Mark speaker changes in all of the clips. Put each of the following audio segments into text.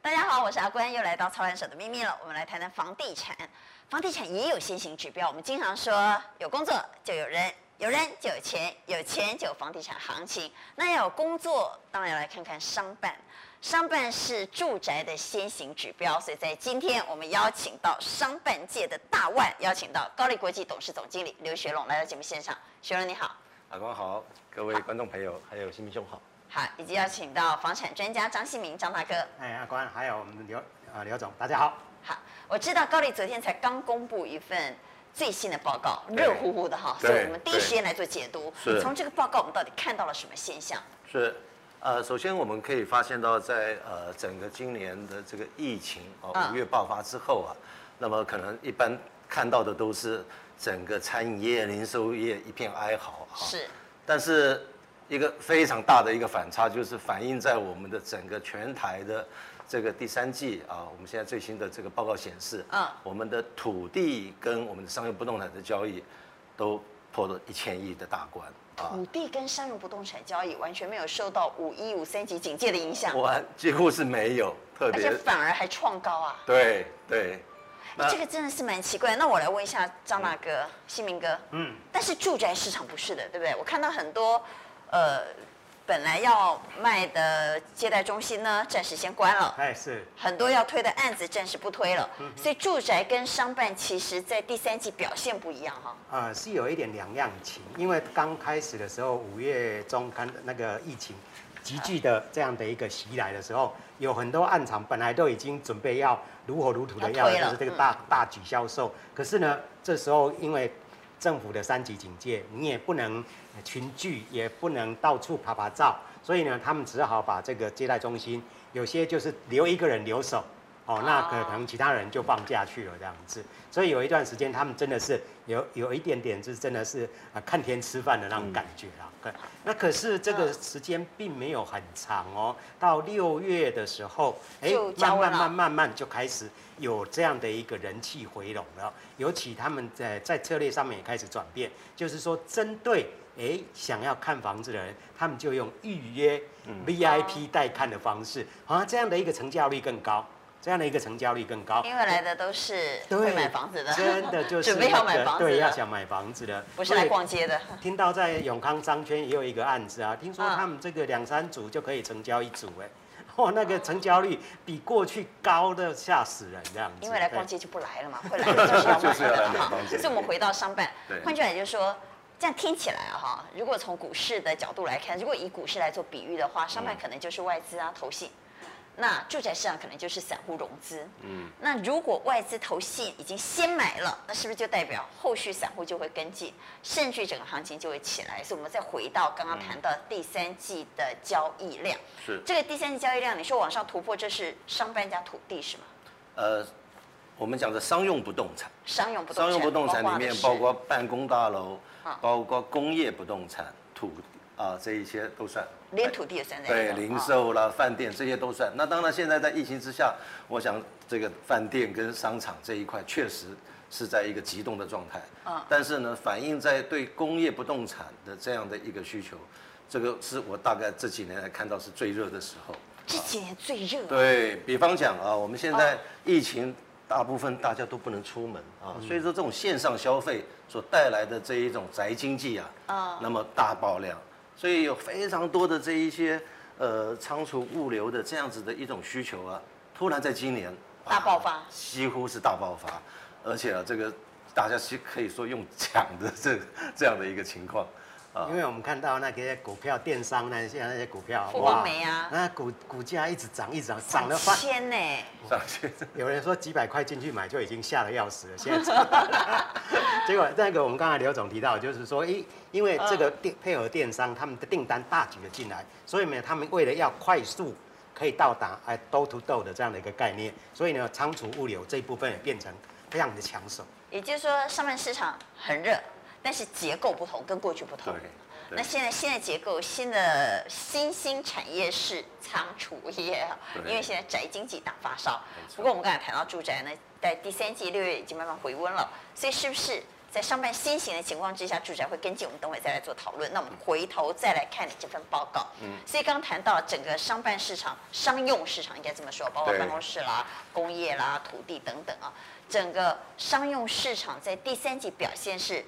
Speaker 1: 大家好，我是阿关，又来到操盘手的秘密了。我们来谈谈房地产，房地产也有先行指标。我们经常说，有工作就有人，有人就有钱，有钱就有房地产行情。那要有工作，当然要来看看商办。商办是住宅的先行指标，所以在今天我们邀请到商办界的大腕，邀请到高力国际董事总经理刘学龙来到节目现场。学龙你好。
Speaker 2: 阿光好，各位观众朋友，还有新民兄好。
Speaker 1: 好，以及邀请到房产专家张新明张大哥。
Speaker 3: 哎，阿关，还有我们的刘啊刘总，大家好。
Speaker 1: 好，我知道高丽昨天才刚公布一份最新的报告，
Speaker 2: 对
Speaker 1: 热乎乎的哈，所以
Speaker 2: 对
Speaker 1: 我们第一时间来做解读。
Speaker 2: 是
Speaker 1: 从这个报告，我们到底看到了什么现象？
Speaker 2: 是，呃，首先我们可以发现到在，呃整个今年的这个疫情啊，
Speaker 1: 嗯
Speaker 2: 五、月爆发之后啊，那么可能一般看到的都是整个餐饮业、零售业一片哀嚎啊。
Speaker 1: 是
Speaker 2: 但是一个非常大的一个反差，就是反映在我们的整个全台的这个第三季啊，我们现在最新的这个报告显示，
Speaker 1: 嗯
Speaker 2: 我们的土地跟我们的商业不动产的交易都破了一千亿的大关啊。
Speaker 1: 土地跟商用不动产交易完全没有受到五一五三级警戒的影响，
Speaker 2: 我几乎是没有，特
Speaker 1: 而且
Speaker 2: 别
Speaker 1: 反而还创高啊！
Speaker 2: 对对，那
Speaker 1: 这个真的是蛮奇怪。那我来问一下张大哥、新明哥，嗯，但是住宅市场不是的，对不对？我看到很多，呃，本来要卖的接待中心呢，暂时先关了。
Speaker 3: 哎，是
Speaker 1: 很多要推的案子暂时不推了，所以住宅跟商办其实在第三季表现不一样哈。
Speaker 3: 呃是有一点两样情，因为刚开始的时候，五月中看那个疫情急剧的这样的一个袭来的时候，有很多暗场本来都已经准备要如火如荼的
Speaker 1: 要
Speaker 3: 要
Speaker 1: 推了
Speaker 3: 就是这个大大举销售，可是呢，这时候因为政府的三级警戒，你也不能呃群聚，也不能到处爬爬照，所以呢，他们只好把这个接待中心有些就是留一个人留守，哦，那可
Speaker 1: 哦
Speaker 3: 可能其他人就放假去了这样子，所以有一段时间他们真的是有有一点点是真的是啊、呃看天吃饭的那种感觉啦。可那可是这个
Speaker 1: 嗯
Speaker 3: 时间并没有很长哦，到六月的时候，哎、
Speaker 1: 就加
Speaker 3: 慢
Speaker 1: 温
Speaker 3: 慢
Speaker 1: 了
Speaker 3: 慢慢慢就开始有这样的一个人气回笼了，尤其他们在在策略上面也开始转变，就是说针对诶想要看房子的人，他们就用预约 VIP 带看的方式，好、像这样的一个成交率更高，这样的一个成交率更高。
Speaker 1: 因为来的都是
Speaker 3: 啊对
Speaker 1: 会买房子的，
Speaker 3: 真的就是
Speaker 1: 准备要
Speaker 3: 那个
Speaker 1: 买房子
Speaker 3: 对，要
Speaker 1: 的，
Speaker 3: 想买房子的，
Speaker 1: 不是来
Speaker 3: 对
Speaker 1: 逛街的。
Speaker 3: 听到在永康商圈也有一个案子啊，听说
Speaker 1: 嗯
Speaker 3: 他们这个两三组就可以成交一组、哎， 哇，那个成交率比过去高的吓死人这样子。
Speaker 1: 因为来
Speaker 3: 对
Speaker 1: 逛街就不来了 嘛，会来的就是要买
Speaker 2: 就是要来
Speaker 1: 的
Speaker 2: 买
Speaker 1: 哈
Speaker 2: 房。子
Speaker 1: 所以我们回到商办
Speaker 2: 对，
Speaker 1: 换句话也就是说，这样听起来啊哈，如果从股市的角度来看，如果以股市来做比喻的话，商办可能就是外资啊、投信。那住宅市场可能就是散户融资，嗯，那如果外资投信已经先买了，那是不是就代表后续散户就会跟进，甚至整个行情就会起来？所以我们再回到刚刚谈到第三季的交易量，
Speaker 2: 是
Speaker 1: 这个第三季交易量，你说往上突破，这是商办加土地是吗？
Speaker 2: 呃，我们讲的商用不动产，
Speaker 1: 商用不动产，
Speaker 2: 商用不动产里面
Speaker 1: 包
Speaker 2: 包
Speaker 1: 括
Speaker 2: 括办公大楼
Speaker 1: 啊，
Speaker 2: 包括工业不动产、土啊、这一些都算。
Speaker 1: 连土地也算在内
Speaker 2: 对，
Speaker 1: 的
Speaker 2: 零
Speaker 1: 哦
Speaker 2: 售啦、饭店这些都算。那当然，现在在疫情之下，我想这个饭店跟商场这一块确实是在一个急冻的状态。
Speaker 1: 嗯
Speaker 2: 但是呢，反映在对工业不动产的这样的一个需求，这个是我大概这几年来看到是最热的时候。
Speaker 1: 这几年最热。，
Speaker 2: 啊对比方讲啊，我们现
Speaker 1: 哦
Speaker 2: 在疫情，大部分大家都不能出门啊，
Speaker 1: 嗯
Speaker 2: 所以说这种线上消费所带来的这一种宅经济啊，
Speaker 1: 哦
Speaker 2: 那么大爆量，所以有非常多的这一些呃仓储物流的这样子的一种需求啊，突然在今年、啊
Speaker 1: 大爆发
Speaker 2: 几乎是大爆发，而且啊这个大家其实可以说用抢的这这样的一个情况啊，
Speaker 3: 哎因为我们看到那些股票电商那些那些股票，
Speaker 1: 富邦煤啊
Speaker 3: 那股股价一直涨，一直涨，涨
Speaker 1: 涨
Speaker 3: 了翻。
Speaker 1: 千呢，
Speaker 2: 上去。
Speaker 3: 有人说几百块进去买就已经吓得要死了，现在 涨。结果那个我们刚才刘总提到，就是说，因因为这
Speaker 1: 嗯
Speaker 3: 个电配合电商他们的订单大举的进来，所以呢，他们为了要快速可以到达哎 door to door 的这样的一个概念，所以呢，仓储物流这一部分也变成非常的抢手。
Speaker 1: 也就是说上半市场很热，但是结构不同，跟过去不同。
Speaker 2: 对对
Speaker 1: 那现在现在结构新的新兴产业是仓储业啊，
Speaker 2: 对
Speaker 1: 因为现在宅经济大发烧
Speaker 2: 没。错
Speaker 1: 不过我们刚才谈到住宅呢，在第三季六月已经慢慢回温了，所以是不是在商办先行的情况之下，住宅会跟进，我们等会再来做讨论。那我们回头再来看你这份报告。嗯，所以刚谈到整个商办市场、商用市场应该这么说，包括
Speaker 2: 对
Speaker 1: 办公室啦、工业啦、土地等等啊，整个商用市场在第三季表现是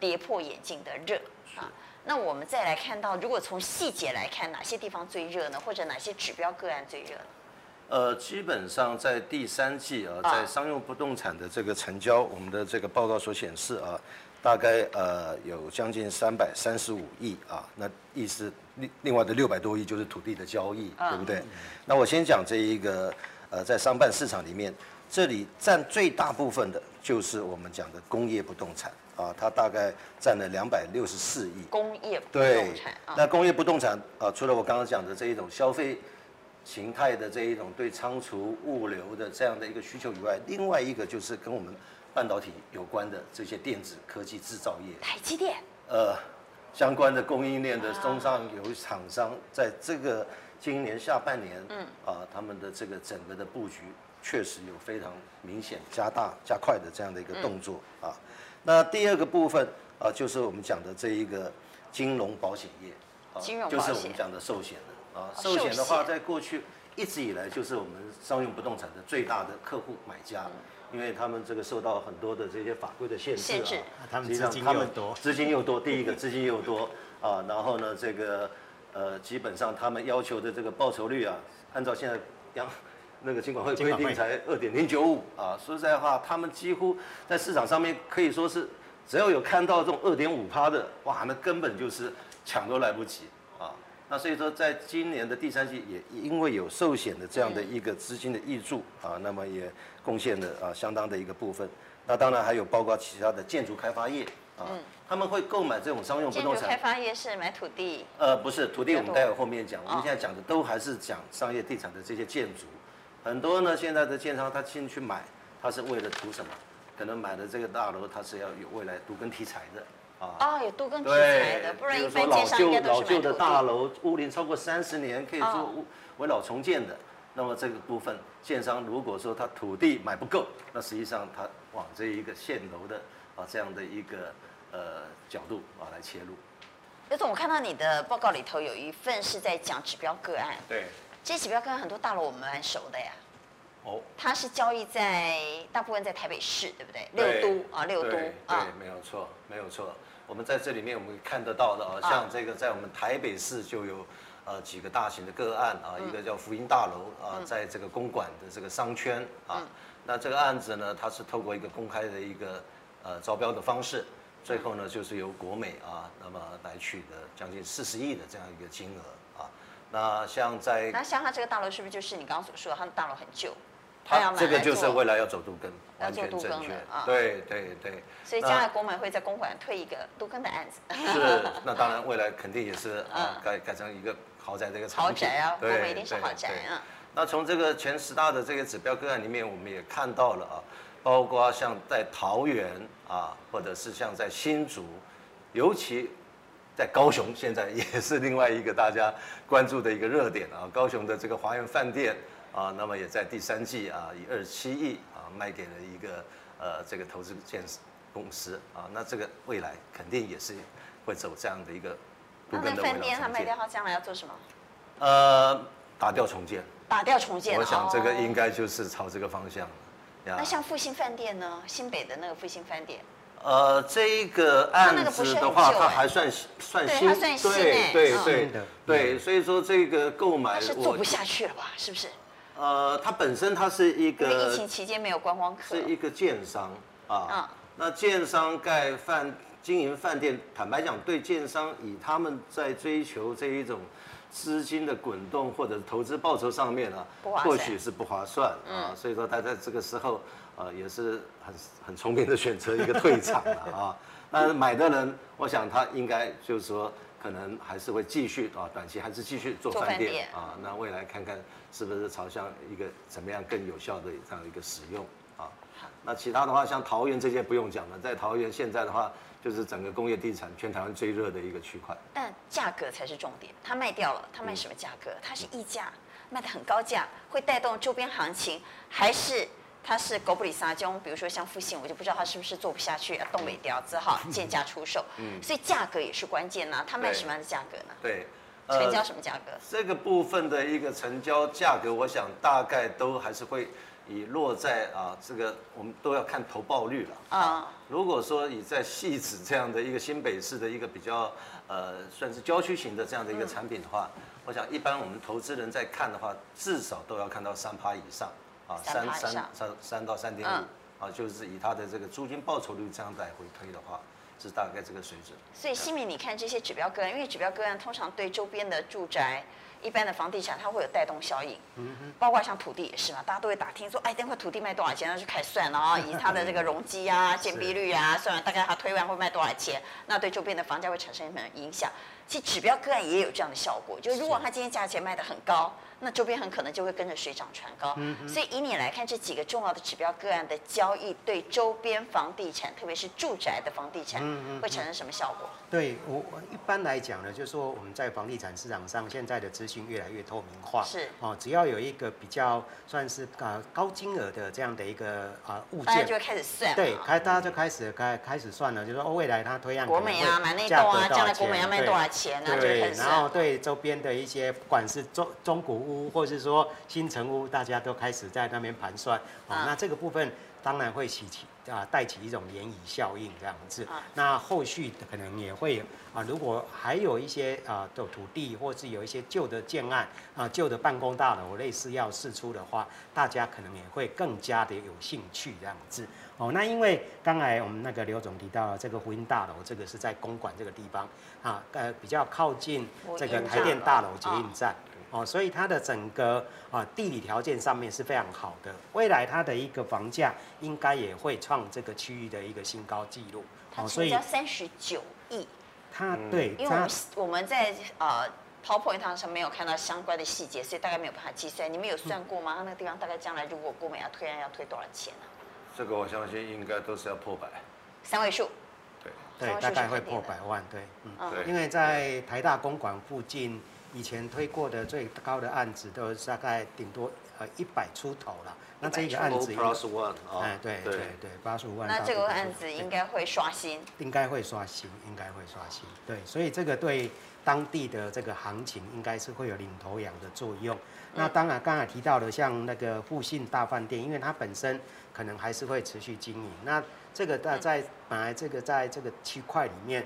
Speaker 1: 跌破眼镜的热啊。那我们再来看到，如果从细节来看，哪些地方最热呢？或者哪些指标个案最热呢？
Speaker 2: 呃，基本上在第三季啊，
Speaker 1: 啊
Speaker 2: 在商用不动产的这个成交，我们的这个报告所显示啊，大概呃有将近三百三十五亿啊，那意思另另外的六百多亿就是土地的交易，对不对？那我先讲这一个呃，在商办市场里面，这里占最大部分的就是我们讲的工业不动产啊，它大概占了两百六十四亿。
Speaker 1: 工业不
Speaker 2: 对
Speaker 1: 动产，啊，
Speaker 2: 那工业不动产啊、呃除了我刚刚讲的这一种消费形态的这一种对仓储物流的这样的一个需求以外，另外一个就是跟我们半导体有关的这些电子科技制造业，
Speaker 1: 台积电
Speaker 2: 呃，相关的供应链的中上游厂商，在这个今年下半年，嗯，啊、他们的这个整个的布局确实有非常明显加大加快的这样的一个动作、
Speaker 1: 嗯
Speaker 2: 啊。那第二个部分啊、就是我们讲的这一个金融保险业，啊、
Speaker 1: 金融
Speaker 2: 就是
Speaker 1: 保
Speaker 2: 我
Speaker 1: 险
Speaker 2: 们讲的寿险的啊，
Speaker 1: 哦
Speaker 2: 寿险的话
Speaker 1: 寿险
Speaker 2: 在过去一直以来就是我们商用不动产的最大的客户买家，因为他们这个受到很多的这些法规的限
Speaker 1: 限
Speaker 2: 制啊
Speaker 1: 制，
Speaker 3: 他们
Speaker 2: 实际上
Speaker 3: 资金
Speaker 2: 他
Speaker 3: 又
Speaker 2: 们
Speaker 3: 多
Speaker 2: 资金又多，第一个资金又多啊，然后呢，这个呃，基本上他们要求的这个报酬率啊，按照现在央那个金管会
Speaker 3: 金
Speaker 2: 规
Speaker 3: 管会
Speaker 2: 定才二点零九五啊，说实在话，他们几乎在市场上面可以说是只要有看到这种二点五趴的，哇，那根本就是抢都来不及啊。那所以说，在今年的第三季也因为有寿险的这样
Speaker 1: 嗯
Speaker 2: 的一个资金的益助啊，那么也贡献了啊相当的一个部分。那当然还有包括其他的建筑开发业啊，他们会购买这种商用不
Speaker 1: 嗯建
Speaker 2: 动
Speaker 1: 筑开
Speaker 2: 产。
Speaker 1: 发业是买土地，
Speaker 2: 呃，不是土地，
Speaker 1: 比较
Speaker 2: 我们
Speaker 1: 多
Speaker 2: 待会后面讲。我
Speaker 1: 哦
Speaker 2: 们现在讲的都还是讲商业地产的这些建筑，很多呢现在的建商他进去买，他是为了图什么？可能买的这个大楼，他是要有未来读根题材的啊。
Speaker 1: 哦，有多根题材
Speaker 2: 对
Speaker 1: 的，，不然
Speaker 2: 比
Speaker 1: 一
Speaker 2: 如说
Speaker 1: 般
Speaker 2: 老
Speaker 1: 街上应
Speaker 2: 旧
Speaker 1: 该都是
Speaker 2: 老
Speaker 1: 买土
Speaker 2: 旧
Speaker 1: 地
Speaker 2: 的大楼，屋龄超过三十年，可以说
Speaker 1: 哦
Speaker 2: 屋围老重建的。那么这个部分，建商如果说他土地买不够，那实际上他往这一个现楼的啊这样的一个呃角度啊来切入。
Speaker 1: 刘总，我看到你的报告里头有一份是在讲指标个案，
Speaker 4: 对，
Speaker 1: 这指标个案很多大楼我们蛮熟的呀，
Speaker 4: 哦，
Speaker 1: 它是交易在大部分在台北市，对不对？
Speaker 4: 对
Speaker 1: 六都啊，六都
Speaker 4: 对
Speaker 1: 啊
Speaker 2: 对，，没有错，没有错。我们在这里面我们看得到的啊，
Speaker 1: 啊
Speaker 2: 像这个在我们台北市就有呃几个大型的个案啊，
Speaker 1: 嗯
Speaker 2: 一个叫福音大楼啊，在这个公馆的这个商圈
Speaker 1: 嗯
Speaker 2: 啊，那这个案子呢，它是透过一个公开的一个呃招标的方式。最后呢，就是由国美啊，那么来取得将近四十亿的这样一个金额啊。那像在
Speaker 1: 那像它这个大楼是不是就是你刚刚所说的，它的大楼很旧，它要
Speaker 2: 它
Speaker 1: 买
Speaker 2: 这个
Speaker 1: 来
Speaker 2: 就是
Speaker 1: 做
Speaker 2: 未来要走都根，
Speaker 1: 要
Speaker 2: 完
Speaker 1: 做
Speaker 2: 全
Speaker 1: 都
Speaker 2: 正
Speaker 1: 更
Speaker 2: 确
Speaker 1: 了啊。
Speaker 2: 对对对。
Speaker 1: 所以
Speaker 2: 那
Speaker 1: 将来国美会在公馆推一个都更的案子，
Speaker 2: 是，那当然未来肯定也是啊，改改成一个豪宅的一个
Speaker 1: 嗯
Speaker 2: 产
Speaker 1: 豪
Speaker 2: 品
Speaker 1: 宅啊，国
Speaker 2: 对
Speaker 1: 美一定是
Speaker 2: 对
Speaker 1: 豪宅
Speaker 2: 对
Speaker 1: 啊。
Speaker 2: 那从这个前十大的这个指标个案里面，我们也看到了啊，包括像在桃园啊，或者是像在新竹，尤其在高雄，现在也是另外一个大家关注的一个热点啊。高雄的这个华园饭店啊，那么也在第三季啊，以二十七亿啊卖给了一个呃这个投资建设公司啊，那这个未来肯定也是会走这样的一个
Speaker 1: 那
Speaker 2: 路
Speaker 1: 那
Speaker 2: 根的未
Speaker 1: 饭
Speaker 2: 来
Speaker 1: 店它
Speaker 2: 重
Speaker 1: 卖掉，
Speaker 2: 建，
Speaker 1: 它将来要做什么？
Speaker 2: 呃，打掉重建。
Speaker 1: 打掉重建。
Speaker 2: 我想这个
Speaker 1: 哦
Speaker 2: 应该啊就是朝这个方向了。呀
Speaker 1: 那像复兴饭店呢？新北的那个复兴饭店，
Speaker 2: 呃这个案
Speaker 1: 那个不是
Speaker 2: 子
Speaker 1: 很
Speaker 2: 的话，
Speaker 1: 旧
Speaker 2: 它
Speaker 1: 哎
Speaker 2: 还算算
Speaker 1: 对
Speaker 2: 新，
Speaker 1: 它算新哎
Speaker 2: 对对
Speaker 1: 嗯
Speaker 2: 对
Speaker 3: 新的
Speaker 2: 对，所以说这个购买
Speaker 1: 它是做
Speaker 2: 我
Speaker 1: 不下去了吧？是不是？
Speaker 2: 呃，它本身它是一
Speaker 1: 因为疫
Speaker 2: 个
Speaker 1: 情期间没有观光客
Speaker 2: 是，一个建商
Speaker 1: 嗯
Speaker 2: 啊，那建商盖饭经营饭店，坦白讲，对建商以他们在追求这一种资金的滚动或者投资报酬上面呢、
Speaker 1: 不划算嗯
Speaker 2: 或许是不划算啊，所以说他在这个时候啊、也是很很聪明的选择一个退场了 啊。那买的人，我想他应该就是说，可能还是会继续啊，短期还是继续做
Speaker 1: 做
Speaker 2: 饭
Speaker 1: 饭
Speaker 2: 店
Speaker 1: 店
Speaker 2: 啊。那未来看看是不是朝向一个怎么样更有效的这样一个使用啊。那其他的话，像桃园这些不用讲了，在桃园现在的话，就是整个工业地产全台湾最热的一个区块。
Speaker 1: 但价格才是重点。它卖掉
Speaker 2: 嗯
Speaker 1: 了，它卖什么价格？它是溢价，卖的很高价，会带动周边行情，还是它是狗不理撒娇，比如说像复兴，我就不知道它是不是做不下去，要动尾调，只 好贱价出售。所以价格也是关键呐、它卖
Speaker 2: 嗯对呃
Speaker 1: 什么样的价格呢？
Speaker 2: 对，
Speaker 1: 成交什么价格？
Speaker 2: 这个部分的一个成交价格，我想大概都还是会以落在啊，这个我们都要看投报率了
Speaker 1: 啊
Speaker 2: 啊。如果说以在戏子这样的一个新北市的一个比较呃，算是郊区型的这样的一个产品的话，
Speaker 1: 嗯
Speaker 2: 我想一般我们投资人在看的话，至少都要看到三趴以上啊，
Speaker 1: 3%以上
Speaker 2: 三三三到三点
Speaker 1: 嗯
Speaker 2: 五啊，就是以它的这个租金报酬率这样来回推的话，是大概这个水准。
Speaker 1: 所以西敏，你看这些指标个案，因为指标个案通常对周边的住宅、一般的房地产，它会有带动效应。包括像土地也是嘛，大家都会打听说，哎，那块土地卖多少钱？那就开始算了啊，以它的这个容积啊、建蔽率啊，算了大概它推完会卖多少钱，那对周边的房价会产生什么影响？其实指标个案也有这样的效果，就是如果它今天价钱卖得很高，那周边很可能就会跟着水涨船高。所以以你来看，这几个重要的指标个案的交易对周边房地产，特别是住宅的房地产，会产生什么效果？
Speaker 3: 对我我一般来讲呢，就是说我们在房地产市场上，现在的资讯越来越透明化，
Speaker 1: 是
Speaker 3: 哦，只要有一个比较算是啊、呃高金额的这样的一个啊、呃物
Speaker 1: 大家
Speaker 3: 件
Speaker 1: 就，会开始算嘛。
Speaker 3: 对，开大家就开始开开始算了，就说哦，未来它推案
Speaker 1: 国
Speaker 3: 可能
Speaker 1: 美
Speaker 3: 会
Speaker 1: 啊，买那一栋
Speaker 3: 价格
Speaker 1: 啊，
Speaker 3: 多
Speaker 1: 将
Speaker 3: 少
Speaker 1: 来国美要
Speaker 3: 钱
Speaker 1: 卖
Speaker 3: 对
Speaker 1: 多少钱啊呢？就会开
Speaker 3: 对
Speaker 1: 始，
Speaker 3: 然后
Speaker 1: 算。
Speaker 3: 对周边的一些，不管是中中古屋，或是说新城屋，大家都开始在那边盘算。哦，
Speaker 1: 啊
Speaker 3: 那这个部分当然会起起啊，带起一种涟漪效应这样子。
Speaker 1: 啊
Speaker 3: 那后续可能也会啊，如果还有一些啊的土地，或是有一些旧的建案啊、旧的办公大楼类似要释出的话，大家可能也会更加的有兴趣这样子。哦，那因为刚才我们那个刘总提到了这个福音大楼，这个是在公馆这个地方啊，呃，比较靠近这个台电大楼捷
Speaker 1: 啊
Speaker 3: 运站。哦，所以它的整个啊地理条件上面是非常好的，未来它的一个房价应该也会创这个区域的一个新高纪录。
Speaker 1: 它
Speaker 3: 哦，所
Speaker 1: 成
Speaker 3: 以
Speaker 1: 交三十九亿，
Speaker 3: 它对
Speaker 1: 因为我
Speaker 3: 它
Speaker 1: 们我们在呃 PowerPoint 上没有看到相关的细节，所以大概没有办法计算。你们有算过吗？它那个地方大概将来如果国美要推案要推多少钱呢？
Speaker 2: 这个我相信应该都是要破百，
Speaker 1: 三位数，
Speaker 2: 对。
Speaker 1: 稍
Speaker 3: 对
Speaker 1: 微
Speaker 3: 大概
Speaker 1: 休息
Speaker 3: 会
Speaker 1: 一点
Speaker 3: 破
Speaker 1: 的
Speaker 3: 百万，对，嗯。
Speaker 2: 对
Speaker 3: 因为在台大公馆附近，以前推过的最高的案子都是大概顶多呃一百出头了。那这个案
Speaker 2: O
Speaker 3: 子，
Speaker 2: plus one 啊，
Speaker 3: 哎，对对对，八十五万到100出
Speaker 1: 那
Speaker 3: 头。
Speaker 1: 这个案子应
Speaker 3: 对
Speaker 1: 该会刷新。
Speaker 3: 应该会刷新，应该会刷新。对，所以这个对当地的这个行情应该是会有领头羊的作
Speaker 1: 嗯
Speaker 3: 用。那当然，刚才提到的像那个复兴大饭店，因为它本身可能还是会持续经营。那这个
Speaker 1: 嗯
Speaker 3: 在在本来这个在这个区块里面，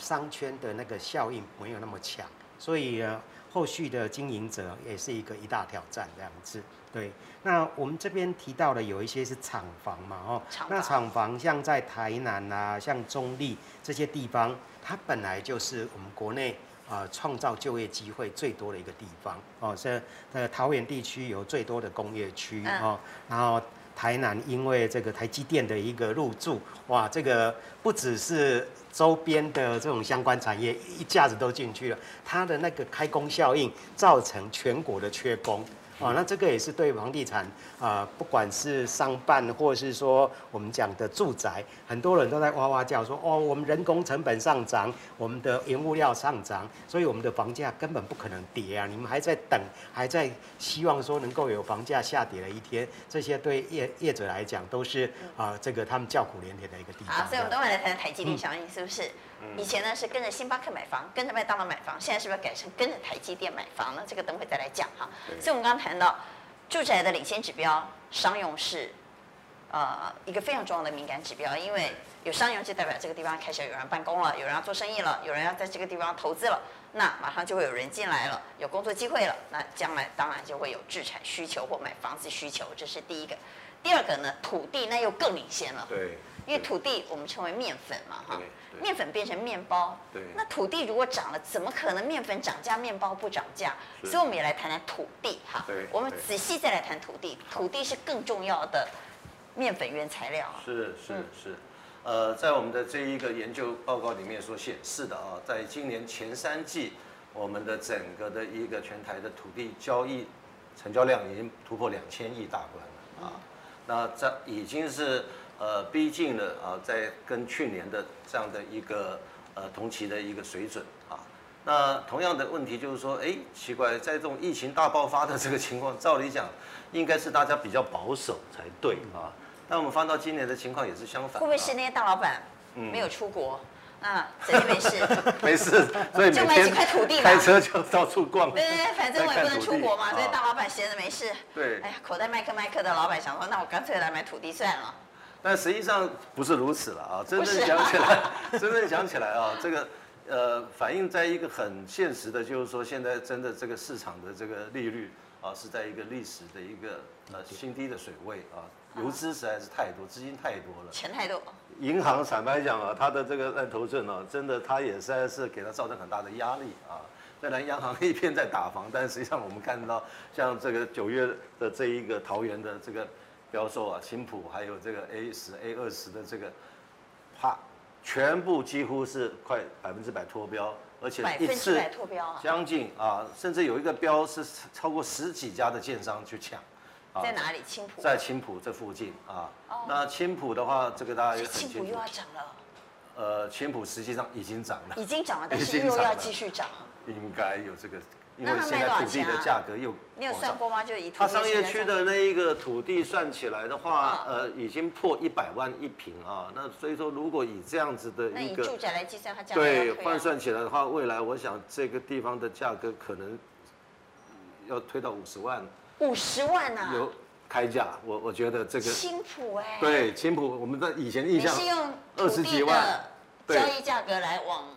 Speaker 3: 商圈的那个效应没有那么强，所以呃后续的经营者也是一个一大挑战这样子。对，那我们这边提到的有一些是厂房嘛，哦
Speaker 1: 厂，
Speaker 3: 那
Speaker 1: 房
Speaker 3: 厂房像在台南啊，像中立这些地方，它本来就是我们国内。啊，创造就业机会最多的一个地方哦，这呃桃园地区有最多的工业区
Speaker 1: 嗯
Speaker 3: 哦，然后台南因为这个台积电的一个入驻，哇，这个不只是周边的这种相关产业一下子都进去了，它的那个开工效应造成全国的缺工。哦，那这个也是对房地产啊、呃不管是商办或是说我们讲的住宅，很多人都在哇哇叫说哦，我们人工成本上涨，我们的原物料上涨，所以我们的房价根本不可能跌啊！你们还在等，还在希望说能够有房价下跌的一天，这些对业业者来讲都是啊、呃这个他们叫苦连天的一个地方。
Speaker 1: 好，所以我们等会来谈台积电效应是不是？以前呢是跟着星巴克买房，跟着麦当劳买房，现在是不是改成跟着台积电买房呢？这个等会再来讲哈。
Speaker 2: 对
Speaker 1: 所以我们刚刚谈到住宅的领先指标，商用是呃一个非常重要的敏感指标，因为有商用就代表这个地方开始有人办公了，有人要做生意了，有人要在这个地方投资了，那马上就会有人进来了，有工作机会了，那将来当然就会有置产需求或买房子需求，这是第一个。第二个呢，土地那又更领先了。
Speaker 2: 对，
Speaker 1: 因为土地我们称为面粉嘛，哈
Speaker 2: 对，对
Speaker 1: 面粉变成面包，
Speaker 2: 对
Speaker 1: 那土地如果涨了，怎么可能面粉涨价，面包不涨价？
Speaker 2: 是
Speaker 1: 所以我们也来谈谈土地哈
Speaker 2: 对，
Speaker 1: 我们
Speaker 2: 对
Speaker 1: 仔细再来谈土地，土地是更重要的面粉原材料啊，
Speaker 2: 是是
Speaker 1: 嗯
Speaker 2: 是，呃，在我们的这一个研究报告里面所显示的啊，在今年前三季，我们的整个的一个全台的土地交易成交量已经突破两千亿大关了啊，那这已经是呃逼近了啊，在跟去年的这样的一个呃同期的一个水准啊，那同样的问题就是说，哎，奇怪，在这种疫情大爆发的这个情况，照理讲应该是大家比较保守才对啊。但我们翻到今年的嗯情况也是相反，
Speaker 1: 会不会是
Speaker 2: 啊
Speaker 1: 那些大老板没有出国，那这就没 事？
Speaker 2: 没事，所以
Speaker 1: 就
Speaker 2: 每
Speaker 1: 买几
Speaker 2: 天
Speaker 1: 块土地吧
Speaker 2: 开车就到处逛。
Speaker 1: 对对对，反正我也不能出国嘛，所
Speaker 2: 在看土地啊
Speaker 1: 以大老板闲着没事。
Speaker 2: 对
Speaker 1: 哎呀，口袋麦克麦克的老板想说，那我干脆来买土地算了。
Speaker 2: 但实际上不是如此了啊！真
Speaker 1: 不是
Speaker 2: 正讲起来，真正讲起来啊，这个呃，反映在一个很现实的，就是说现在真的这个市场的这个利率啊，是在一个历史的一个呃新低的水位啊，
Speaker 1: 嗯
Speaker 2: 游资实在是太多，资金太多了。
Speaker 1: 钱太多，
Speaker 2: 银行坦白讲啊，它的这个烂头寸啊，真的它也实在是给它造成很大的压力啊。虽然央行一边在打房，但实际上我们看到，像这个九月的这一个桃园的这个标售啊，青浦还有这个 A 十、A 二十的这个，它全部几乎是快百分之百脱标，而且
Speaker 1: 百
Speaker 2: 一
Speaker 1: 分之
Speaker 2: 次
Speaker 1: 百脱标啊！
Speaker 2: 将近啊，甚至有一个标是超过十几家的建商去抢，啊
Speaker 1: 在哪里？青浦。
Speaker 2: 在青浦这附近啊。那青浦的话，这个大
Speaker 1: 所以
Speaker 2: 家也很
Speaker 1: 哦青
Speaker 2: 清
Speaker 1: 浦
Speaker 2: 楚
Speaker 1: 又。要涨了，
Speaker 2: 呃，青浦实际上已经涨了，
Speaker 1: 已经涨了，但
Speaker 2: 已
Speaker 1: 是
Speaker 2: 经
Speaker 1: 又
Speaker 2: 涨
Speaker 1: 要
Speaker 2: 了
Speaker 1: 继续涨。
Speaker 2: 应该有这个，因
Speaker 1: 那
Speaker 2: 为
Speaker 1: 它
Speaker 2: 现
Speaker 1: 卖
Speaker 2: 在
Speaker 1: 多少
Speaker 2: 土地的
Speaker 1: 钱啊
Speaker 2: 价格又
Speaker 1: 你有
Speaker 2: 往
Speaker 1: 算
Speaker 2: 上
Speaker 1: 过吗？就以
Speaker 2: 它
Speaker 1: 土地
Speaker 2: 商业
Speaker 1: 现在
Speaker 2: 区
Speaker 1: 这样
Speaker 2: 的那一个土地算起来的话，
Speaker 1: 嗯
Speaker 2: 呃，已经破一百万一平啊。那所以说，如果以这样子的
Speaker 1: 那
Speaker 2: 一
Speaker 1: 以
Speaker 2: 个
Speaker 1: 住宅来计算，它价格
Speaker 2: 对
Speaker 1: 要推啊
Speaker 2: 换算起来的话，未来我想这个地方的价格可能要推到五十万
Speaker 1: 五十万呐、
Speaker 2: 有开价。我我觉得这个
Speaker 1: 青浦哎、，
Speaker 2: 对青浦，我们在以前印
Speaker 1: 你
Speaker 2: 象
Speaker 1: 是用土
Speaker 2: 20
Speaker 1: 地
Speaker 2: 几万
Speaker 1: 的
Speaker 2: 对
Speaker 1: 交易价格来往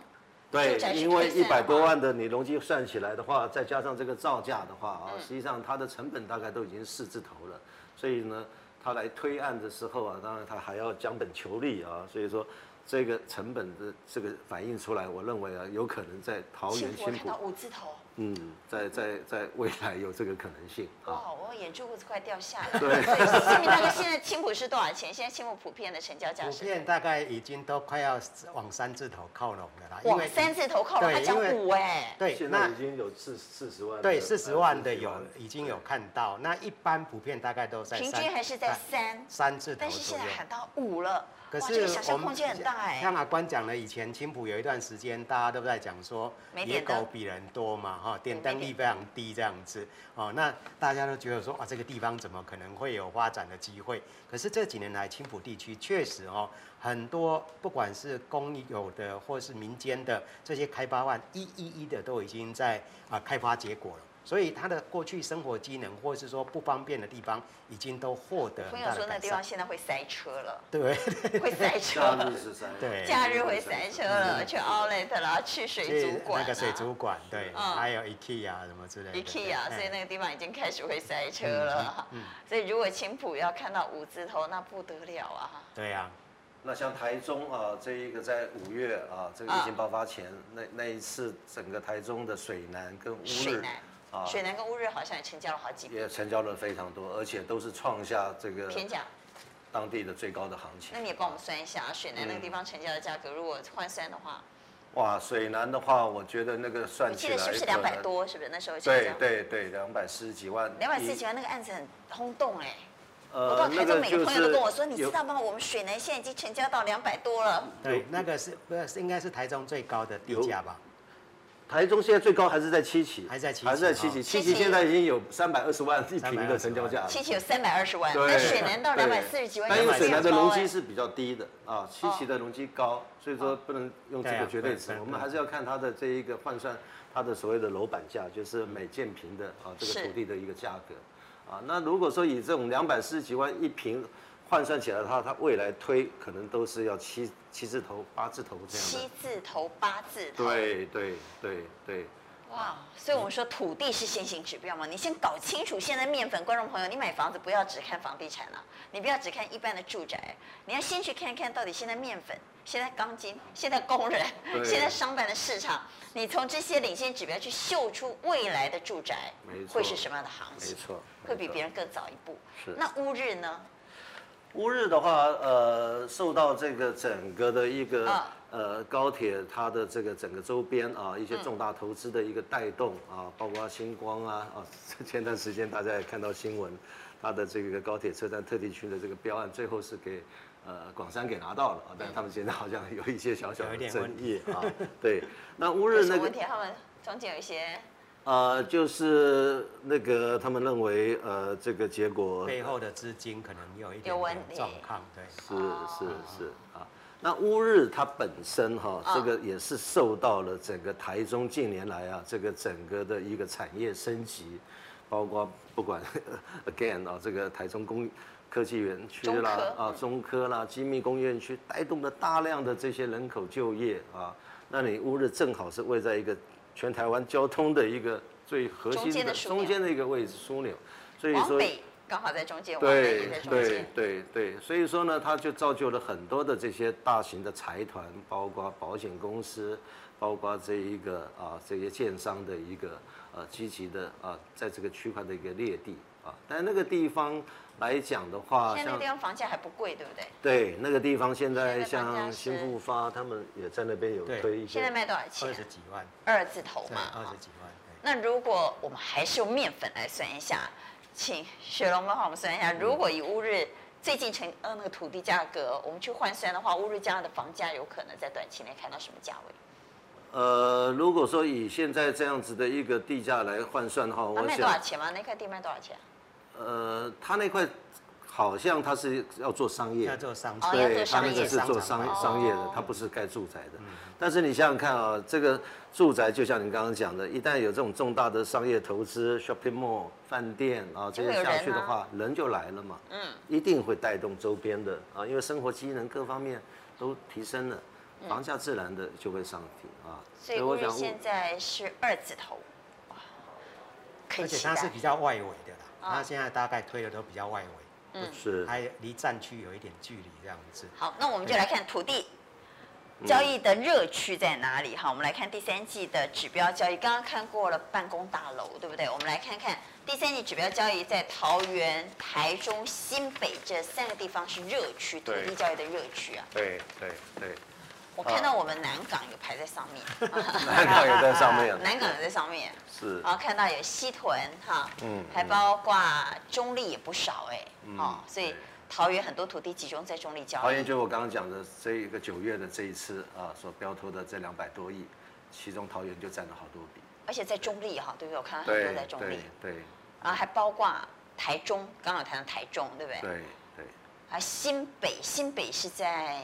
Speaker 2: 对
Speaker 1: 住宅，去
Speaker 2: 因为
Speaker 1: 推算
Speaker 2: 一
Speaker 1: 的
Speaker 2: 百多
Speaker 1: 话
Speaker 2: 万的你容积算起来的话，再加上这个造价的话啊，实际上它的成本大概都已经四字头了，所以呢，它来推案的时候啊，当然它还要将本求利啊，所以说这个成本的这个反映出来，我认为啊，有可能在桃
Speaker 1: 青
Speaker 2: 园
Speaker 1: 浦
Speaker 2: 新
Speaker 1: 看
Speaker 2: 浦
Speaker 1: 到，五字头，
Speaker 2: 嗯，在在在未来有这个可能性啊。
Speaker 1: 哇，我眼珠子快掉下来了。
Speaker 2: 对
Speaker 1: 所以市民大哥，现在青浦是多少钱？现在青浦普遍的成交价
Speaker 3: 普
Speaker 1: 是
Speaker 3: 遍大概已经都快要往三字头靠拢了啦，因
Speaker 1: 往
Speaker 3: 为
Speaker 1: 三字头靠拢，
Speaker 3: 对
Speaker 1: 他讲
Speaker 3: 因为
Speaker 1: 五哎，
Speaker 3: 对
Speaker 2: 现在
Speaker 3: 那
Speaker 2: 已经有四四十万的，
Speaker 3: 对四十万的有
Speaker 2: 呃
Speaker 3: 已经有看到，那一般普遍大概都在
Speaker 1: 平
Speaker 3: 三
Speaker 1: 均还是在
Speaker 3: 啊
Speaker 1: 三，
Speaker 3: 三字头
Speaker 1: 但是现
Speaker 3: 左右
Speaker 1: 在。喊到五了，
Speaker 3: 可
Speaker 1: 哇，这
Speaker 3: 是
Speaker 1: 个想
Speaker 3: 我
Speaker 1: 象
Speaker 3: 们
Speaker 1: 空间很大哎。
Speaker 3: 像阿啊关讲了，以前青浦有一段时间，大家都在讲说
Speaker 1: 没
Speaker 3: 野
Speaker 1: 点灯
Speaker 3: 狗比人多嘛，哈，点灯
Speaker 1: 没
Speaker 3: 率
Speaker 1: 点
Speaker 3: 非常低这样子，哦，那大家都觉得说啊，这个地方怎么可能会有发展的机会？可是这几年来，青浦地区确实哦，很多不管是公有的或是民间的这些开发案，一一一的都已经在啊开发结果了。所以它的过去生活机能，或是说不方便的地方，已经都获得
Speaker 1: 朋
Speaker 3: 很
Speaker 1: 友
Speaker 3: 大
Speaker 1: 说
Speaker 3: 的
Speaker 1: 那
Speaker 3: 改
Speaker 1: 地方
Speaker 3: 善。
Speaker 1: 现在会塞车了，
Speaker 3: 对，
Speaker 1: 会塞车
Speaker 2: 假
Speaker 1: 了
Speaker 2: 日，是三，
Speaker 3: 对
Speaker 1: 假日会塞车了，去 Outlet 啦，去水
Speaker 3: 嗯去
Speaker 1: 族馆
Speaker 3: 那个水
Speaker 1: 啊
Speaker 3: 族馆，对，
Speaker 1: 嗯
Speaker 3: 还有 IKEA 什么之类的。
Speaker 1: IKEA，
Speaker 3: 对嗯哎
Speaker 1: 所以那个地方已经开始会塞车了。所以如果青浦要看到五字头，那不得了啊！
Speaker 3: 对呀、
Speaker 2: 那像台中啊，这一个在五月啊，这个疫情爆发前，那那一次整个台中的水南跟乌
Speaker 1: 水
Speaker 2: 日
Speaker 1: 南，
Speaker 2: 啊，
Speaker 1: 水南跟乌日好像也成交了好几
Speaker 2: 也成交了非常多，而且都是创下这个
Speaker 1: 天价。
Speaker 2: 当地的最高的行情。
Speaker 1: 那你也帮我们算一下，啊水南
Speaker 3: 嗯
Speaker 1: 那个地方成交的价格，如果换算的话，
Speaker 2: 哇，水南的话，我觉得那个
Speaker 1: 我
Speaker 2: 算
Speaker 1: 记
Speaker 2: 起
Speaker 1: 得
Speaker 2: 来
Speaker 1: 是不是
Speaker 2: 可
Speaker 1: 两百
Speaker 2: 能？
Speaker 1: 多？是不是那时候成
Speaker 2: 对
Speaker 1: 交？
Speaker 2: 对对，两百四十几万，
Speaker 1: 两百四十
Speaker 2: 一
Speaker 1: 几万那个案子很轰动哎。我到
Speaker 2: 呃，
Speaker 1: 台
Speaker 2: 那
Speaker 1: 中
Speaker 2: 个
Speaker 1: 每
Speaker 2: 就
Speaker 1: 个
Speaker 2: 是
Speaker 1: 朋友都跟我说，你知
Speaker 2: 有
Speaker 1: 道吗？我们水南现在已经成交到两百多了。
Speaker 3: 对，那个是不是应该是台中最高的地价吧？
Speaker 2: 台中现在最高还是在七期，
Speaker 3: 还在七期
Speaker 2: 还是在七
Speaker 3: 哦
Speaker 2: 期，七
Speaker 1: 七
Speaker 2: 期
Speaker 1: 期
Speaker 2: 现在已经有三百二十万一平的
Speaker 3: 320
Speaker 2: 成交价了。
Speaker 1: 七期有三百二十万，
Speaker 2: 啊对
Speaker 1: 那水南到
Speaker 2: 对
Speaker 1: 两百四十几万，
Speaker 2: 但因为水南的
Speaker 1: 非常
Speaker 2: 容
Speaker 1: 高哎
Speaker 2: 积是比较低的啊，七期的容积高，所以说不能用这
Speaker 3: 哦对
Speaker 2: 个
Speaker 3: 啊
Speaker 2: 绝对值
Speaker 3: 对，对
Speaker 2: 我们还是要看它的这一个换算它的所谓的楼板价，就是每建平的啊这个
Speaker 1: 是
Speaker 2: 土地的一个价格啊。那如果说以这种两百四十几万一平换算起来的话，它未来推可能都是要七七字头、八字头这样
Speaker 1: 七
Speaker 2: 的。
Speaker 1: 字头八字头。
Speaker 2: 对对对对，
Speaker 1: 哇，所以我们说土地是先行指标嘛，你先搞清楚现在面粉，观众朋友，你买房子不要只看房地产啊，你不要只看一般的住宅，你要先去看看到底现在面粉、现在钢筋、现在工人、
Speaker 2: 对
Speaker 1: 现在商办的市场，你从这些领先指标去嗅出未来的住宅
Speaker 2: 没错
Speaker 1: 会是什么样的行
Speaker 2: 没
Speaker 1: 情，
Speaker 2: 错，
Speaker 1: 会比
Speaker 2: 没错
Speaker 1: 别人更早一步。
Speaker 2: 是
Speaker 1: 那乌日呢？
Speaker 2: 乌日的话，呃，受到这个整个的一个、
Speaker 1: 啊
Speaker 2: 呃高铁它的这个整个周边啊一些重大投资的一个带动
Speaker 1: 嗯
Speaker 2: 啊，包括星光啊啊， 前段时间大家也看到新闻，它的这个高铁车站特地区的这个标案最后是给呃广山给拿到了，啊但他们现在好像有一些小小
Speaker 3: 有一
Speaker 2: 的
Speaker 3: 点
Speaker 2: 争
Speaker 3: 问
Speaker 2: 议啊。对，那乌
Speaker 1: 有
Speaker 2: 日
Speaker 1: 什
Speaker 2: 那
Speaker 1: 么
Speaker 2: 个
Speaker 1: 问题？他们中间有一些
Speaker 2: 呃，就是那个他们认为呃这个结果
Speaker 3: 背后的资金可能有一点
Speaker 1: 有问
Speaker 3: 点
Speaker 1: 题
Speaker 3: 状况，对，
Speaker 1: 啊
Speaker 2: 是是是啊。那乌日它本身哈、
Speaker 1: 嗯
Speaker 2: 这个也是受到了整个台中近年来啊，这个整个的一个产业升级，包括不管 again 啊，这个台中工科技园区啦
Speaker 1: 中科嗯
Speaker 2: 啊，中科啦、精密工业园区，带动了大量的这些人口就业啊。那你乌日正好是位在一个全台湾交通的一个最核
Speaker 1: 中
Speaker 2: 心
Speaker 1: 间
Speaker 2: 的
Speaker 1: 的枢纽
Speaker 2: 中间的一个位置枢纽，所以
Speaker 1: 往
Speaker 2: 说
Speaker 1: 北刚好在中间，往南也
Speaker 2: 对
Speaker 1: 在中
Speaker 2: 对
Speaker 1: 间，
Speaker 2: 对对，所以说呢，它就造就了很多的这些大型的财团，包括保险公司，包括这一个啊这些建商的一个呃积极的啊在这个区块的一个列地啊，但那个地方来讲的话，
Speaker 1: 现在那
Speaker 2: 像
Speaker 1: 个地方房价还不贵，对不对？
Speaker 2: 对那个地方现在
Speaker 1: 现在房价
Speaker 2: 像
Speaker 1: 是
Speaker 2: 新复发他们也在那边有
Speaker 3: 对
Speaker 2: 推一
Speaker 1: 现在
Speaker 2: 些，
Speaker 1: 卖多少
Speaker 3: 二十
Speaker 1: 钱？
Speaker 3: 几万，
Speaker 1: 二字头
Speaker 3: 对，
Speaker 1: 嘛。
Speaker 3: 二
Speaker 1: 啊
Speaker 3: 十几万，对
Speaker 1: 那如果我们还是用面粉来算一下，请雪龙帮我们算一下，
Speaker 3: 嗯
Speaker 1: 如果以乌日最近成呃那个土地价格，我们去换算的话，乌日将来的房价有可能在短期内看到什么价位？
Speaker 2: 呃，如果说以现在这样子的一个地价来换算的话，
Speaker 1: 它
Speaker 2: 我
Speaker 1: 啊卖多
Speaker 2: 想
Speaker 1: 少钱吗？那块地卖多少钱？
Speaker 2: 呃，它那块好像它是要做商业
Speaker 3: 要。做商
Speaker 1: 哦
Speaker 3: 场，
Speaker 1: 要做
Speaker 2: 对，他
Speaker 1: 商
Speaker 2: 那
Speaker 1: 业
Speaker 2: 个是做商
Speaker 1: 哦
Speaker 2: 商业的，他不是盖住宅的。但是你想想看啊，这个住宅就像你刚刚讲的，一旦有这种重大的商业投资，shopping mall、饭店啊这
Speaker 1: 就会有
Speaker 2: 些下去
Speaker 1: 人
Speaker 2: 的
Speaker 1: 啊
Speaker 2: 话，人就来了嘛。嗯，一定会带动周边的啊，因为生活机能各方面都提升了，房价自然的就会上提啊。
Speaker 1: 嗯所以乌日现在是二字头，哇，可
Speaker 3: 而
Speaker 1: 以
Speaker 3: 且
Speaker 1: 期
Speaker 3: 它是
Speaker 1: 待
Speaker 3: 比。较外围的啦，
Speaker 1: 哦
Speaker 3: 它现在大概推的都比较外围，
Speaker 2: 是
Speaker 3: 还离战区有一点距离这样子。
Speaker 1: 好，那我
Speaker 2: 嗯
Speaker 1: 们就来看土地交易的热区在哪里哈。我们来看第三季的指标交易，刚刚看过了办公大楼，对不对？我们来看看第三季指标交易在桃园、台中、新北这三个地方是热区，土
Speaker 2: 对啊
Speaker 1: 地交易的热区啊。
Speaker 2: 对对对，
Speaker 1: 我看到我们南港有排在上 面，，
Speaker 2: 南港也在上面
Speaker 1: 南港有在上面，
Speaker 2: 是
Speaker 1: 然后看到有西屯哈，
Speaker 2: 嗯
Speaker 1: 还包括中立也不少哎，哦，所以
Speaker 2: 对
Speaker 1: 桃园很多土地集中在中立交易。
Speaker 2: 桃园就我刚刚讲的这一个九月的这一次啊，所标投的这两百多亿，其中桃园就占了好多笔。
Speaker 1: 而且在中立哈，对不对？我看到很多在中立
Speaker 2: 对，对
Speaker 1: 然后还包括台中，刚刚有谈到台中，对不对？
Speaker 2: 对对，
Speaker 1: 啊，新北，新北是在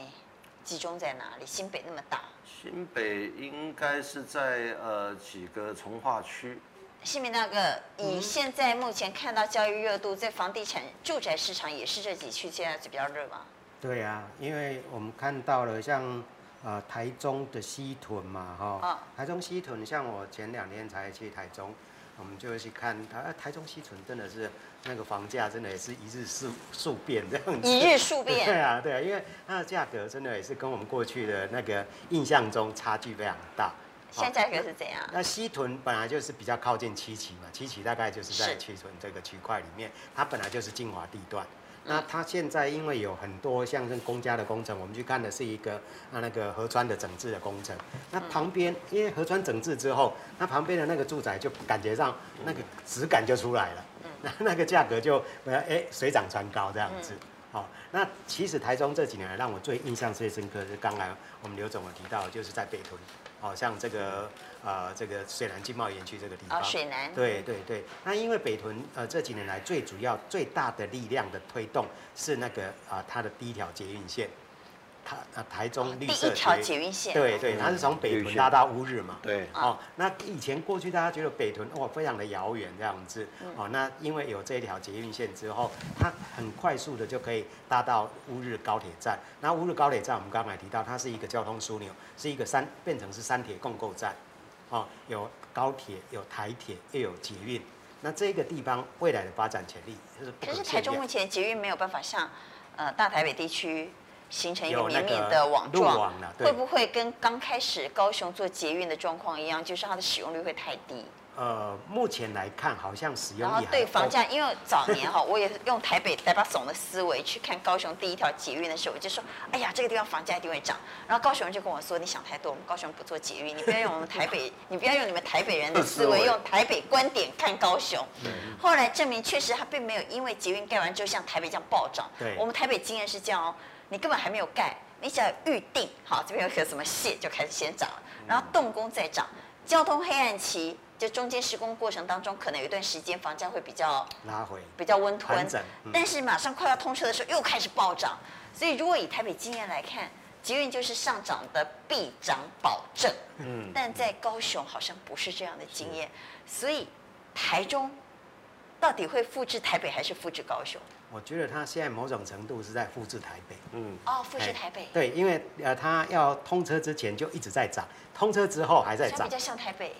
Speaker 1: 集中在哪里？新北那么大，
Speaker 2: 新北应该是在呃几个从化区，
Speaker 1: 新北那个以现在目前看到交易热度，在房地产住宅市场也是这几区现在比较热嘛？
Speaker 3: 对呀、因为我们看到了像呃台中的西屯嘛，哈、
Speaker 1: 啊
Speaker 3: 台中西屯，像我前两天才去台中，我们就去看它，啊台中西屯真的是那个房价真的也是一日数数变这样子，
Speaker 1: 一日数
Speaker 3: 嗯对
Speaker 1: 变，
Speaker 3: 啊，对啊，因为它的价格真的也是跟我们过去的那个印象中差距非常大。
Speaker 1: 现在价格是怎样？
Speaker 3: 那西屯本来就是比较靠近七期嘛，七期大概就是在
Speaker 1: 是
Speaker 3: 七屯这个区块里面，它本来就是精华地段。那它现在因为有很多像是公家的工程，我们去看的是一个啊那个河川的整治的工程。那旁边因为河川整治之后，那旁边的那个住宅就感觉上那个质感就出来了，那 那个价格就呃哎水涨船高这样子。
Speaker 1: 嗯
Speaker 3: 好，那其实台中这几年来让我最印象最深刻是，刚才我们刘总有提到，就是在北屯，好、像这个呃这个水南经贸园区这个地
Speaker 1: 啊，
Speaker 3: 方，
Speaker 1: 水南，
Speaker 3: 对对对，那因为北屯呃这几年来最主要最大的力量的推动是那个啊、呃它的第一条捷运线，它啊台中
Speaker 1: 哦第
Speaker 3: 绿色
Speaker 1: 一条
Speaker 3: 捷
Speaker 1: 捷
Speaker 3: 运
Speaker 1: 运线，
Speaker 3: 对对，它是从北
Speaker 2: 绿
Speaker 3: 屯
Speaker 2: 线
Speaker 3: 拉到乌日嘛，
Speaker 2: 对
Speaker 1: 啊
Speaker 3: 哦，那以前过去大家觉得北屯哇非常的遥远这样子，
Speaker 1: 嗯
Speaker 3: 哦，那因为有这一条捷运线之后，它很快速的就可以搭到乌日高铁站。那乌日高铁站我们刚才提到，它是一个交通枢纽，是一个三变成是三铁共构站，哦，有高铁，有台铁，又有捷运。那这个地方未来的发展潜力是不
Speaker 1: 可是
Speaker 3: 限
Speaker 1: 台中
Speaker 3: 量
Speaker 1: 目前捷运没有办法像呃大台北地区形成一个
Speaker 3: 有那
Speaker 1: 绵密
Speaker 3: 个
Speaker 1: 的网
Speaker 3: 路
Speaker 1: 状，
Speaker 3: 网啦对
Speaker 1: 会不会跟刚开始高雄做捷运的状况一样，就是它的使用率会太低？
Speaker 3: 呃，目前来看好像使用
Speaker 1: 然
Speaker 3: 率
Speaker 1: 后
Speaker 3: 还
Speaker 1: 对房
Speaker 3: OK
Speaker 1: 价，因为早年哈，我 也是用台北台巴怂的思维去看高雄第一条捷运的时候，我就说，哎呀，这个地方房价一定会涨。然后高雄人就跟我说，你想太多，我们高雄不做捷运，你不要用我们台北， 你不要用你们台北人的思
Speaker 2: 思
Speaker 1: 维，
Speaker 2: 维
Speaker 1: 用台北观点看高雄。后来证明确实它并没有因为捷运盖完之后像台北这样暴涨。
Speaker 3: 对
Speaker 1: 我们台北经验是这样哦。你根本还没有盖，你只要预定好这边有个什么线就开始先涨了，然后动工再涨，交通黑暗期就中间施工过程当中，可能有一段时间房价会比较
Speaker 3: 拉回。
Speaker 1: 比较温吞
Speaker 3: 盘整嗯，
Speaker 1: 但是马上快要通车的时候又开始暴涨，所以如果以台北经验来看，捷运就是上涨的必涨保证。嗯，但在高雄好像不是这样的经验，所以台中到底会复制台北还是复制高雄？
Speaker 3: 我觉得它现在某种程度是在复制台北。
Speaker 2: 嗯，
Speaker 1: 哦，复制
Speaker 3: 哎
Speaker 1: 台北，
Speaker 3: 对，因为呃，它要通车之前就一直在涨，通车之后还在
Speaker 1: 好像
Speaker 3: 涨
Speaker 1: 比较。像台北。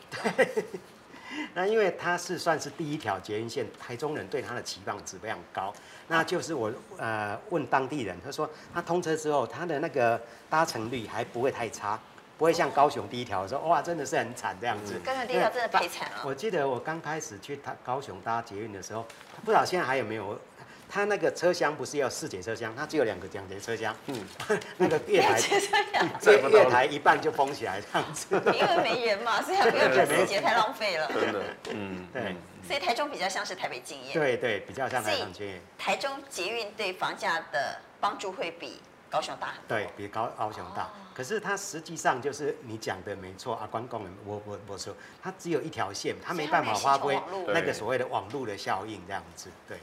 Speaker 3: 那因为它是算是第一条捷运线，台中人对它的期望值非常高。那就是我呃问当地人，他说他通车之后，他的那个搭乘率还不会太差，不会像高雄第一条说哇真的是很惨这样子。
Speaker 1: 高雄嗯第一条真的赔惨了
Speaker 3: 我记得我刚开始去他高雄搭捷运的时候，不知道现在还有没有。他那个车厢不是要四节车厢，它只有两个两节车厢，嗯， 那个月台
Speaker 1: 就这样，
Speaker 2: 载
Speaker 3: 月
Speaker 2: 不到
Speaker 3: 月
Speaker 2: 人
Speaker 3: 台一半就封起来这样子。
Speaker 1: 因为没人嘛，所以还没有
Speaker 3: 对
Speaker 1: 人
Speaker 3: 没
Speaker 1: 世界太浪费了。
Speaker 2: 真的，嗯，
Speaker 3: 对
Speaker 1: 所以台中比较像是台北经验。
Speaker 3: 对对，比较像
Speaker 1: 所
Speaker 3: 台
Speaker 1: 以
Speaker 3: 上去，
Speaker 1: 台中捷运对房价的帮助会比高雄大很多。
Speaker 3: 对比高高雄
Speaker 1: 哦
Speaker 3: 大。可是它实际上就是你讲的没错，阿关公人我我我说，它只有一条线，它没办法发
Speaker 1: 所
Speaker 3: 挥
Speaker 1: 以它没有形成网
Speaker 2: 络
Speaker 3: 那个所谓的网络的效应这样子。对，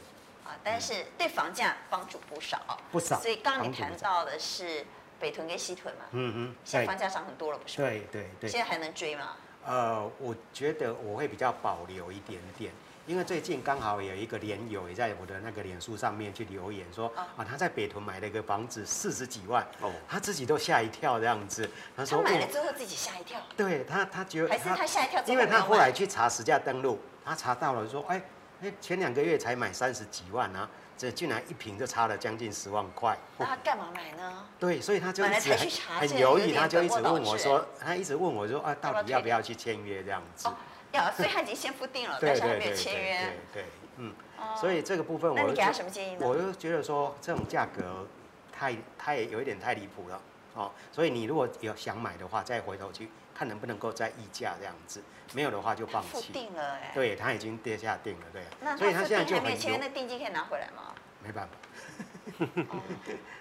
Speaker 1: 啊，但是对房价帮助不少，
Speaker 3: 不少
Speaker 1: 所以刚刚你
Speaker 3: 帮助不
Speaker 1: 谈到的是北屯跟西屯嘛，
Speaker 3: 嗯
Speaker 1: 现在
Speaker 3: 哼
Speaker 1: 房，价涨很多了，不是吗？
Speaker 3: 对对对
Speaker 1: 现在
Speaker 3: 对。
Speaker 1: 还能追吗？
Speaker 3: 呃，我觉得我会比较保留一点点。因为最近刚好有一个连友也在我的那个脸书上面去留言说，
Speaker 1: 啊
Speaker 3: 啊，他在北屯买了一个房子四十几万，
Speaker 2: 哦
Speaker 3: 他自己都吓一跳这样子。
Speaker 1: 他
Speaker 3: 他说，
Speaker 1: 买
Speaker 3: 哦
Speaker 1: 了之后自己吓一跳，
Speaker 3: 对他，他觉得
Speaker 1: 还是他吓一跳之后
Speaker 3: 因为
Speaker 1: 没有
Speaker 3: 他后
Speaker 1: 买
Speaker 3: 来去查实价登录，他查到了说，哎，哎，前两个月才买三十几万啊，这竟然一瓶就差了将近十万块。
Speaker 1: 那他干嘛买呢？
Speaker 3: 对，所以他就
Speaker 1: 买
Speaker 3: 一
Speaker 1: 了
Speaker 3: 直
Speaker 1: 才
Speaker 3: 很
Speaker 1: 去查这
Speaker 3: 很
Speaker 1: 个
Speaker 3: 犹
Speaker 1: 有
Speaker 3: 豫，
Speaker 1: 点
Speaker 3: 他就一直
Speaker 1: 本末
Speaker 3: 问
Speaker 1: 倒
Speaker 3: 我
Speaker 1: 置
Speaker 3: 说，他一直问我说，啊，
Speaker 1: 要
Speaker 3: 到
Speaker 1: 不要
Speaker 3: 底要
Speaker 1: 退
Speaker 3: 不要去签约这样子
Speaker 1: 哦？，要，所以他已经先付定了，但是还没有签约。哦
Speaker 3: 对，嗯，所以这个部分
Speaker 1: 那
Speaker 3: 我
Speaker 1: 你
Speaker 3: 就
Speaker 1: 给他什么建议呢
Speaker 3: 我就觉得说这种价格太太有一点太离谱了哦，所以你如果有想买的话，再回头去看能不能够再议价这样子，没有的话就
Speaker 1: 他
Speaker 3: 放
Speaker 1: 付
Speaker 3: 弃。
Speaker 1: 定了哎，
Speaker 3: 对他已经跌下定了，对
Speaker 1: 那
Speaker 3: 啊，
Speaker 1: 他
Speaker 3: 所以他
Speaker 1: 付
Speaker 3: 现在
Speaker 1: 定
Speaker 3: 就
Speaker 1: 还
Speaker 3: 很
Speaker 1: 没有签约，
Speaker 3: 犹
Speaker 1: 那定金可以拿回来吗？哦
Speaker 3: 没办法。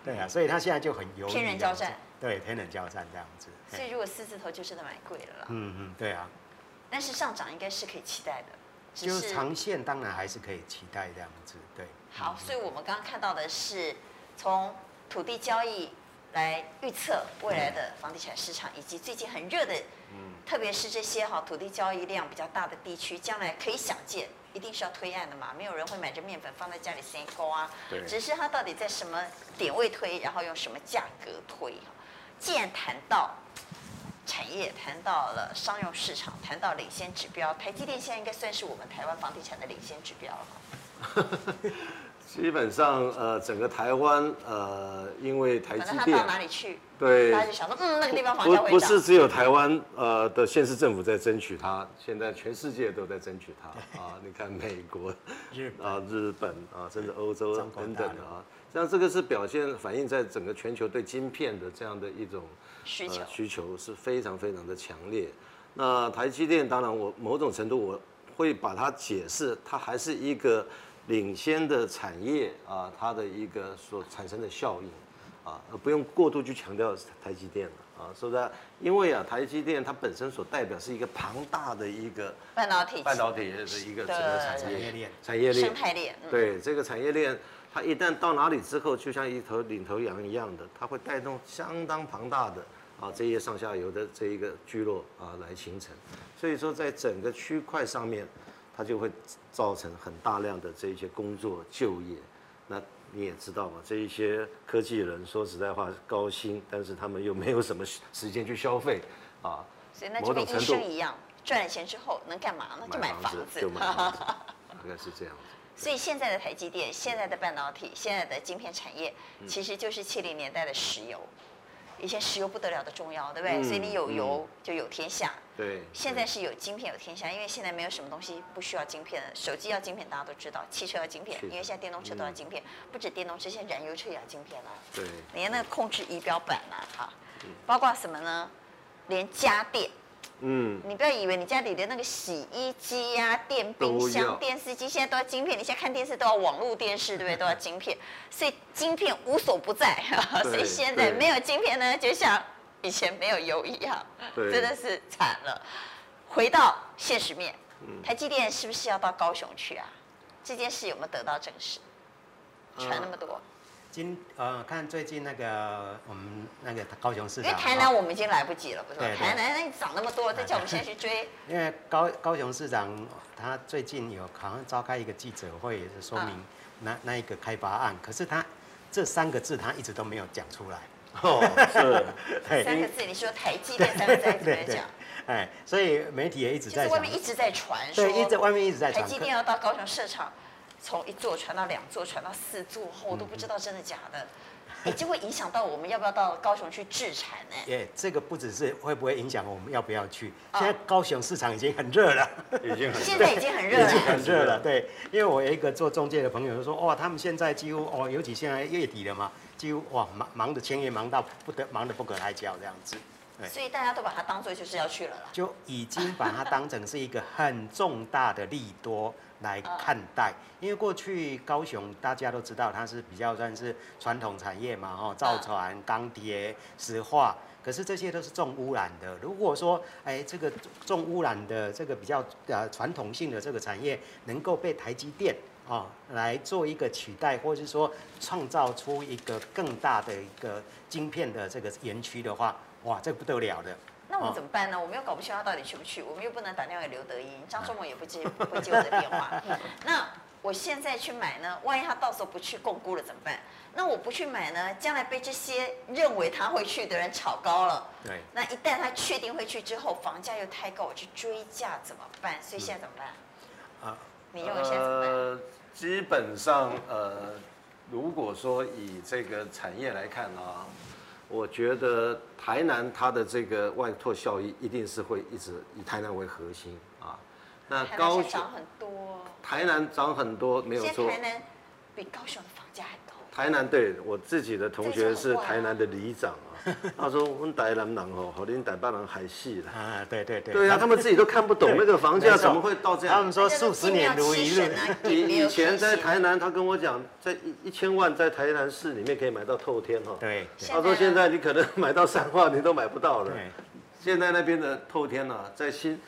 Speaker 3: 对啊，所以他现在就很犹豫。
Speaker 1: 天人交战。
Speaker 3: 对，天人交战这样子。
Speaker 1: 所以如果四字头就真的蛮贵了啦，
Speaker 3: 嗯嗯，对啊，
Speaker 1: 但是上涨应该是可以期待的，只
Speaker 3: 就是
Speaker 1: 是
Speaker 3: 长线当然还是可以期待这样子，对。
Speaker 1: 好，
Speaker 2: 嗯
Speaker 1: 所以我们刚刚看到的是从土地交易来预测未来的房地产市场，以及最近很热的，
Speaker 2: 嗯
Speaker 1: 特别是这些哈土地交易量比较大的地区，将来可以想见，一定是要推案的嘛，没有人会买着面粉放在家里先勾啊
Speaker 2: 对，
Speaker 1: 只是它到底在什么点位推，然后用什么价格推哈。既然谈到产业，谈到了商用市场，谈到领先指标，台积电现在应该算是我们台湾房地产的领先指标了哈。
Speaker 2: 基本上呃，整个台湾呃，因为台
Speaker 1: 反正
Speaker 2: 积
Speaker 1: 它
Speaker 2: 电
Speaker 1: 到哪里去，
Speaker 2: 对
Speaker 1: 大家就想说，嗯，那个地方房
Speaker 2: 不
Speaker 1: 价会
Speaker 2: 不
Speaker 1: 涨。
Speaker 2: 是只有台湾呃的县市政府在争取它，现在全世界都在争取它 啊！你看美国、
Speaker 3: 日本
Speaker 2: 啊、日本啊，甚至欧洲
Speaker 3: 中国
Speaker 2: 等
Speaker 3: 大
Speaker 2: 等
Speaker 3: 陆
Speaker 2: 啊，像这个是表现反映在整个全球对晶片的这样的一种
Speaker 1: 需求
Speaker 2: 呃、需求是非常非常的强烈。那台积电当然我某种程度我会把它解释，它还是一个领先的产业啊，它的一个所产生的效应。啊，呃不用过度去强调台积电了啊，说的，因为啊，台积电它本身所代表是一个庞大的一个
Speaker 1: 半导体、
Speaker 2: 半导体的一个整个产
Speaker 1: 对
Speaker 2: 业
Speaker 3: 产业链
Speaker 2: 产业链
Speaker 1: 生态链，嗯，
Speaker 2: 对这个产业链，它一旦到哪里之后，就像一头领头羊一样的，它会带动相当庞大的啊这些上下游的这一个聚落啊来形成。所以说，在整个区块上面，它就会造成很大量的这一些工作就业。那你也知道嘛，这一些科技人说实在话高薪，但是他们又没有什么时间去消费啊。
Speaker 1: 所以那就
Speaker 2: 某
Speaker 1: 跟
Speaker 2: 种
Speaker 1: 医
Speaker 2: 程
Speaker 1: 生
Speaker 2: 度
Speaker 1: 一样，赚了钱之后能干嘛？那就买房子。
Speaker 2: 就买 房子，大概是这样子。
Speaker 1: 所以现在的台积电、现在的半导体、现在的晶片产业，
Speaker 2: 嗯
Speaker 1: 其实就是七零年代的石油。以前石油不得了的重要，对不对？
Speaker 2: 嗯
Speaker 1: 所以你有油就有天下。
Speaker 2: 对，
Speaker 1: 现在是有晶片有天下，因为现在没有什么东西不需要晶片了。手机要晶片，大家都知道；汽车要晶片，
Speaker 2: 是的嗯
Speaker 1: 因为现在电动车都要晶片，不止电动车，现在燃油车也要晶片了。
Speaker 2: 对。
Speaker 1: 连那个控制仪表板啊，哈，包括什么呢？连家电，
Speaker 4: 嗯，
Speaker 1: 你不要以为你家里的那个洗衣机呀、电冰
Speaker 4: 都要
Speaker 1: 箱、电视机现在都要晶片，你现在看电视都要网络电视，对不对？都要晶片，所以晶片无所不在。所以现在
Speaker 4: 对
Speaker 1: 没有晶片呢，就像以前没有油一样，
Speaker 4: 对
Speaker 1: 真的是惨了。回到现实面，
Speaker 4: 嗯
Speaker 1: 台积电是不是要到高雄去啊？这件事有没有得到证实？传那么多，
Speaker 3: 今呃，看最近那个我们那个高雄市
Speaker 1: 因
Speaker 3: 长
Speaker 1: 为
Speaker 3: 啊，
Speaker 1: 台南我们已经来不及了，不是吗？
Speaker 3: 对对
Speaker 1: 台南那你涨那么多，再叫我们现在去追，
Speaker 3: 因为高高雄市长他最近有好像召开一个记者会，也是说
Speaker 1: 啊
Speaker 3: 明那、那一个开发案，可是他这三个字他一直都没有讲出来。
Speaker 2: 哦
Speaker 4: 是，
Speaker 3: 嘿
Speaker 1: 三个字，你说台积电三个字 还怎么讲？
Speaker 3: 哎，所以媒体也一直
Speaker 1: 就
Speaker 3: 在
Speaker 1: 是外面
Speaker 3: 讲
Speaker 1: 一直在传说，
Speaker 3: 对，一直外面一直在
Speaker 1: 台
Speaker 3: 传。
Speaker 1: 积电要到高雄市场，从一座传到两座，传到四座，我都不
Speaker 3: 嗯
Speaker 1: 知道真的假的，哎，就会影响到我们要不要到高雄去制产呢？
Speaker 3: 耶这个不只是会不会影响我们要不要去，
Speaker 1: 哦
Speaker 3: 现在高雄市场已经很热了。
Speaker 4: 已经很
Speaker 1: 现在已经很热
Speaker 3: 已经
Speaker 1: 了，
Speaker 3: 很热了，对，因为我有一个做中介的朋友就说，哇，他们现在几乎哦，尤其现在月底了嘛，几乎哇忙忙着签约，忙到不得忙得不可开交这样子，对
Speaker 1: 所以大家都把它当做就是要去了啦。
Speaker 3: 就已经把它当成是一个很重大的利多来看待。因为过去高雄大家都知道，它是比较算是传统产业嘛，哦，造船、钢铁、石化，可是这些都是重污染的。如果说，哎，这个重污染的这个比较呃传统性的这个产业能够被台积电。哦，来做一个取代，或者是说创造出一个更大的一个晶片的这个园区的话，哇，这不得了的。
Speaker 1: 那我
Speaker 2: 啊
Speaker 1: 们
Speaker 3: 哦
Speaker 1: 怎么办呢？我们又搞不清楚他到底去不去，我们又不能打电话给刘德
Speaker 2: 嗯
Speaker 1: 英，张忠谋也不接 不会接我的电话。那我现在去买呢，万一他到时候不去共估了怎么办？那我不去买呢，将来被这些认为他会去的人炒高了。
Speaker 3: 对。
Speaker 1: 那一旦他确定会去之后，房价又太高，我去追价怎么办？所以现在怎么办？
Speaker 2: 嗯
Speaker 3: 啊，
Speaker 1: 你认为现在怎么办？，
Speaker 2: 呃基本上呃，如果说以这个产业来看啊，我觉得台南它的这个外拓效益一定是会一直以台南为核心啊。那
Speaker 1: 台南
Speaker 2: 高
Speaker 1: 现在
Speaker 2: 雄
Speaker 1: 涨很多，
Speaker 2: 台南涨很多没有
Speaker 1: 现在
Speaker 2: 错
Speaker 1: 台，南比高雄的房价还高。
Speaker 2: 台南对我自己的同学是台南的里长啊， 他说我们台南人哦，好恁台北人海戏了。
Speaker 3: 啊，对对对，
Speaker 2: 对啊，他们自己都看不懂
Speaker 3: 对
Speaker 2: 那个房价
Speaker 3: 没错
Speaker 2: 怎么会到这
Speaker 3: 他
Speaker 2: 样
Speaker 3: 们。说数十年如一日，
Speaker 2: 以以前在台南，他跟我讲，在一一千万在台南市里面可以买到透天哈、哦。
Speaker 3: 对
Speaker 1: 现
Speaker 2: 他说现在你可能买到三化你都买不到了。
Speaker 3: 对
Speaker 2: 现在那边的透天啊，在新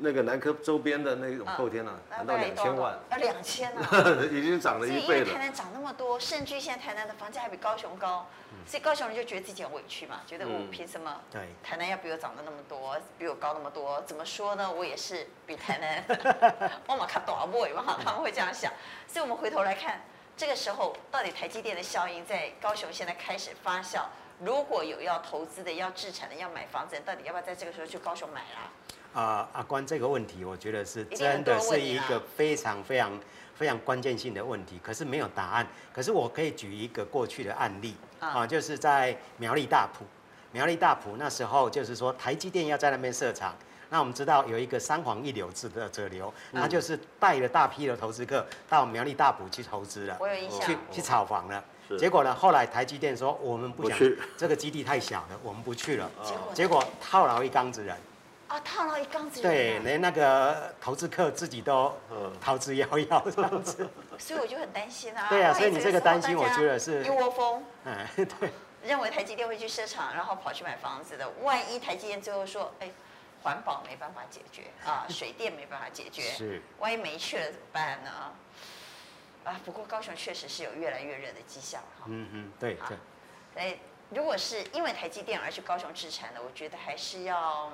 Speaker 2: 那个南科周边的那种透天啊，
Speaker 1: 那
Speaker 2: 达到
Speaker 1: 嗯大概
Speaker 2: 两
Speaker 1: 多少
Speaker 2: 千万，
Speaker 1: 啊，两千啊！
Speaker 2: 已经 涨了
Speaker 1: 所以
Speaker 2: 一
Speaker 1: 因为
Speaker 2: 倍
Speaker 1: 台
Speaker 2: 了。
Speaker 1: 南涨那么多，甚至现在台南的房价还比高雄高，
Speaker 2: 嗯
Speaker 1: 所以高雄人就觉得自己很委屈嘛，觉得我凭什么？
Speaker 3: 对
Speaker 1: 台南要比我涨得那么多，比我高那么多，怎么说呢？我也是比台 南， 我马卡短波嘛，他们会这样想。所以我们回头来看，这个时候到底台积电的效应在高雄现在开始发酵。如果有要投资的、要置产的、要买房子的，到底要不要在这个时候去高雄买啦？
Speaker 3: 啊，阿关这个问题，我觉得是
Speaker 1: 定
Speaker 3: 真
Speaker 1: 很多
Speaker 3: 的
Speaker 1: 人
Speaker 3: 是
Speaker 1: 问你
Speaker 3: 一
Speaker 1: 啦
Speaker 3: 个非常非常非常关键性的问题，可是没有答案。可是我可以举一个过去的案例
Speaker 1: 啊
Speaker 3: 啊，就是在苗栗大埔，苗栗大埔那时候就是说台积电要在那边设厂。那我们知道有一个三皇一流制的者流，他
Speaker 1: 嗯
Speaker 3: 就是带了大批的投资客到苗栗大埔去投资了。
Speaker 1: 我有印象，
Speaker 3: 去去炒房了
Speaker 4: 哦是。
Speaker 3: 结果呢，后来台积电说我们不想
Speaker 4: 不去，哦
Speaker 3: 这个基地太小了，我们不 去了。
Speaker 1: 结
Speaker 2: 啊
Speaker 1: 果呢
Speaker 3: 结果套牢一缸子人，
Speaker 1: 啊，套牢一缸子人、啊。
Speaker 3: 对，连那个投资客自己都呃逃之夭夭这样 子。
Speaker 1: 所以我就很担心啊。
Speaker 3: 对啊
Speaker 1: 万一
Speaker 3: 所以你这个担心
Speaker 1: 时候大家
Speaker 3: 我觉得是
Speaker 1: 一窝蜂
Speaker 3: 嗯，对，
Speaker 1: 认为台积电会去市场，然后跑去买房子的。万一台积电最后说，哎，环保没办法解决 啊，水电没办法解决，
Speaker 3: 是
Speaker 1: 万一没去了怎么办呢？啊，不过高雄确实是有越来越热的迹象哈。
Speaker 3: 嗯嗯，对
Speaker 1: 好
Speaker 3: 对，
Speaker 1: 哎，如果是因为台积电而去高雄制产的，我觉得还是要嗯